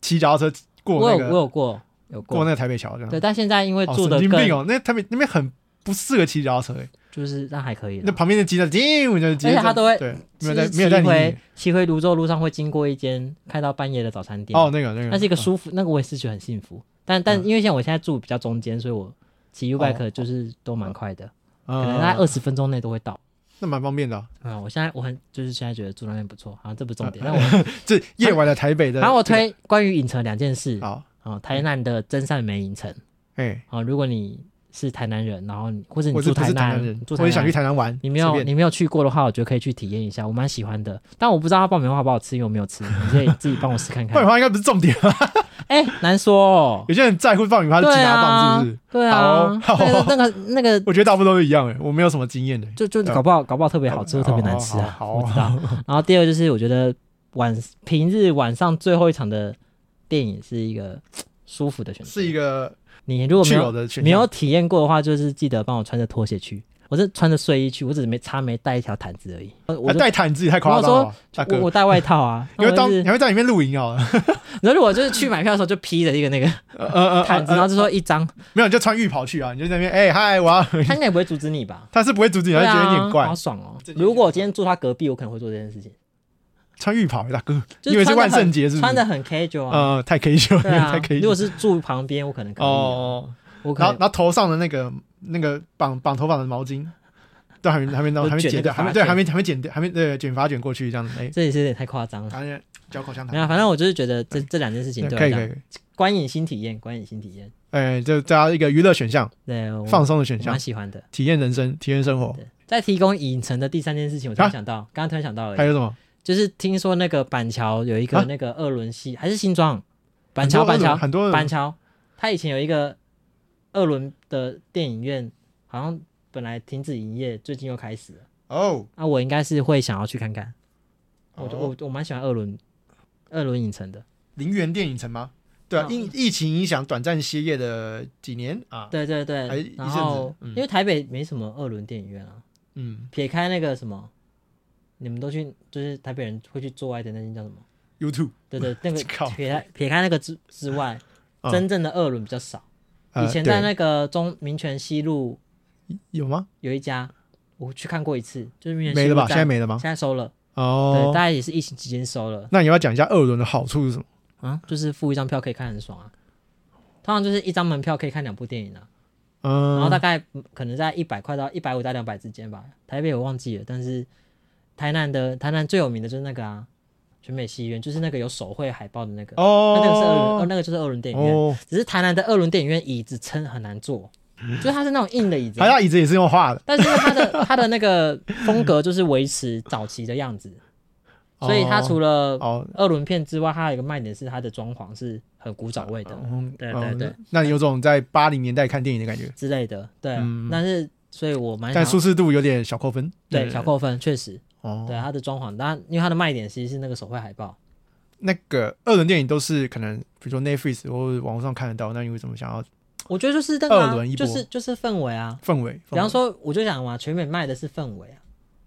骑脚踏车过我那有我个有过有过过，那个台北桥这样对，。但现在因为哦，住的神经更、病哦！那台北那边很不适合骑脚踏车，哎就是那还可以啦。那旁边的机车，叮，我就直接啊而且他都会对，其实没有在骑没有在理回你。骑回泸州路上会经过一间开到半夜的早餐店，哦，那个那个，那是一个嗯舒服，那个我也是觉得很幸福。但但因为像我现在住比较中间，所以我骑 U 哦 bike 就是都蛮快的，可能在嗯，二十分钟内都会到。那蛮方便的啊。啊、我现在我很就是现在觉得住那边不错，好像这不是重嗯点。那 我这夜晚的台北的，然后我推关于影城两件事啊、好，哦台南的真善美影城哎，啊、哦如果你是台南人，然后你或者你我是住不是台南，南人住，台我南也想去台南玩。你没随有便你没有去过的话，我觉得可以去体验一下，我蛮喜欢的。但我不知道它爆米花好不好吃，因为我没有吃，你可以自己帮我试看爆米看。花应该不是重点吧？哎、难说哦。有些人在乎爆米花是对几大啊棒，是不是？，对啊，好哦那个那个那个，我觉得大部分都是一样诶，我没有什么经验的。就就对啊搞不好搞不好特别好吃，又特别难吃啊，好，我好知道。 然后第二个就是我觉得晚平日晚上最后一场的电影是一个舒服的选择，是一个你如果没去哦有有的选项没有体验过的话，就是记得帮我穿着拖鞋去，我是穿着睡衣去，我只是没差没带一条毯子而已。呃我啊就带毯自己太夸张了吧，大我哥我，带外套啊，你会当然你后会在里面露营啊？然后我就是去买票的时候就披着一个那个呃 呃毯子，然后就说一张，没有你就穿浴袍去啊，你就在那边哎嗨我要，他应该也不会阻止你吧？他是不会阻止你，他啊对觉得你啊很，怪好，爽哦这！就如果我今天住他隔壁，我可能会做这件事情。穿浴袍大哥，就你以为是穿得万很圣节是不是？穿的很 casual 啊。呃太 K 秀，对啊太 K 如秀果是住旁边，我可能可以啊、哦，我可然后能然后头上的那个那个绑绑头发的毛巾。都还没还没弄，都还没卷剪那个掉，还没发对，卷嗯还没还没剪掉，还没对卷发卷过去这样子，哎，这也是有点太夸张了。然后嚼口香糖没。有，啊反正我就是觉得这这两件事情对我可来以可以讲，可以，观影新体验，观影新体验，哎，就大家一个娱乐选项，对，我放松的选我哦项蛮，喜欢的。体验人生，体验生活。对，再提供影城的第三件事情，我突然啊想到，刚刚突然想到而已还有什么？就是听说那个板桥有一个啊那个二轮戏，还是新庄板很桥多板那种桥很多板桥，它以前有一个二轮的电影院，好像本来停止营业，最近又开始了。哦，那、我应该是会想要去看看。我就哦我我蛮喜欢二轮二轮影城的，陵园电影城吗？对啊，哦因疫情影响短暂歇业的几年啊，对对还对一阵。子然后、嗯因为台北没什么二轮电影院啊，嗯，撇开那个什么，你们都去就是台北人会去做爱的那间叫什么？ YouTube 对 对，那靠个撇开撇开那个之之外， 嗯真正的二轮比较少。呃。以前在对那个中民权西路有吗？有一家，我去看过一次，就是民权西没路了吧？现在在没了吗现？在收了，对，大哦，概也是疫情期间收了那你要不要讲一下二轮的好处是什么？啊，就是付一张票可以看很爽啊。通常就是一张门票可以看两部电影啊，嗯，然后大概嗯可能在一百块到一百五到两百之间吧。台北我忘记了，但是台南的台南最有名的就是那个啊，全美戏院，就是那个有手绘海报的那个，那哦，那个是二轮，哦，那个就是二轮电影院。哦，只是台南的二轮电影院椅子撑很难坐，就是它是那种硬的椅子啊还，有椅子也是用画的，但是它的 它的那个风格就是维持早期的样子，所以它除了哦，二轮片之外，它还有一个卖点是它的装潢是很古早味的嗯对哦对对那你有种在八零年代看电影的感觉，之类的，对啊嗯。但是所以我蛮想但要舒适度有点小扣分，对小扣分，确实哦，对它的装潢，但因为它的卖点其实是那个手绘海报，那个二轮电影都是可能，比如说 Netflix 或者网络上看得到，那你为什么想要我觉得就是那个二轮一啊波就是就是氛围啊。氛围？比方氛围，说，我就想嘛，全美卖的是氛围啊，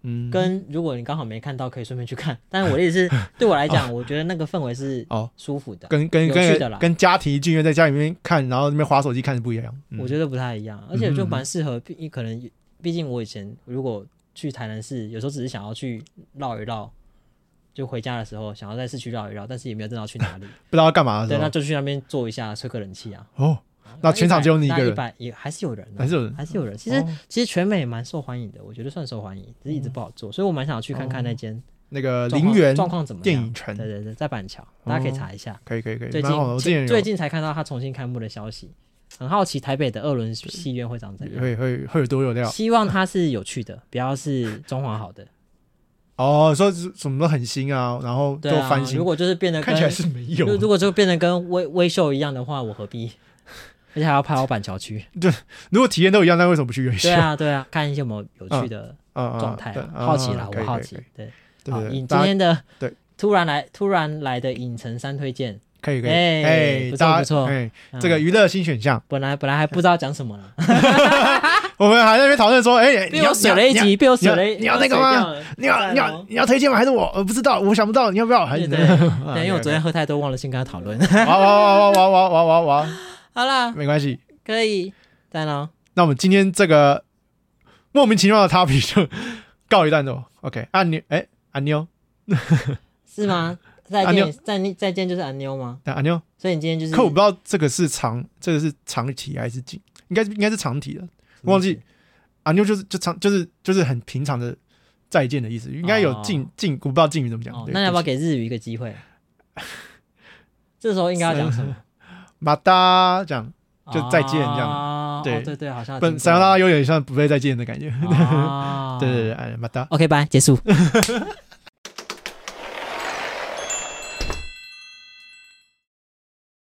嗯，跟如果你刚好没看到，可以顺便去看。但是我的意思是，对我来 讲，我觉得那个氛围是哦舒服的，跟跟有趣的跟啦跟家庭剧院在家里面看，然后那边划手机看是不一样。嗯我觉得不太一样，而且就蛮适合，毕可能毕竟我以前如果去台南市，有时候只是想要去绕一绕，就回家的时候想要在市区绕一绕，但是也没有知道去 哪里，不知道要干嘛的对，时那候，就去那边坐一下，吹个冷气啊。哦，那全场只有你一个那人一百也还是有人、还啊，是有人。还是有人。其实、哦其实全美也蛮受欢迎的，我觉得算受欢迎，只是一直不好做，所以我蛮想去看看那间那个状陵况哦园状况怎么电样。影城对，对对，在板桥，大家可以查一下。可以可以可以，最蛮好的。我之前近最有近才看到他重新开幕的消息，很好奇台北的二轮戏院会长怎样。会会会有多有料希望它是有趣的， 不要是装潢好的。哦，说什么都很新啊，然后都对啊翻，新如，果就是变得跟看起来是没有如如果就变得跟微微秀一样的话，我何 必？而且还要拍到板桥区。如果体验都一样，那为什么不去院对校？啊，对啊，看一些有没有有趣的啊状态啊，啊好奇啦，可以我好可以奇可以。对，对好，对影对，今大家天的对突然来突然来的影城三推荐，可以可以，哎哎，不错大家不错哎，嗯这个娱乐新选项，本来本来还不知道讲什么 了，我们还在那边讨论说，哎，你被我要水了一，集，被我水了一，你要那个吗你要你要你要你要推荐吗？还是我？我不知道，我想不到，你要不要？还对是对，啊对，因为我昨天喝太多，忘了先跟他讨论。 哇哇哇哇哇哇哇哇，好啦，没关系。可以，赞哦，那我们今天这个莫名其妙的 topic 就告一段落。OK，按钮，哎，按钮，是 吗？再安妞见，再见，再见，就是安妞吗？按钮。所以你今天就是可我不知道这个是长，这个是长题还是紧，应该是应该是长题的。忘记按钮就是就长就是就是很平常的再见的意思，应该有敬敬，我不知道敬语怎么讲哦。，对那要不要对给日语一个机 会？这时候应该要讲什么？起马达这样？ 就再见这样样对啊哦对对，好像有本听过三拉有点像不被再见的感觉。 啊对对对，哎，马达。 ，OK，拜，结束。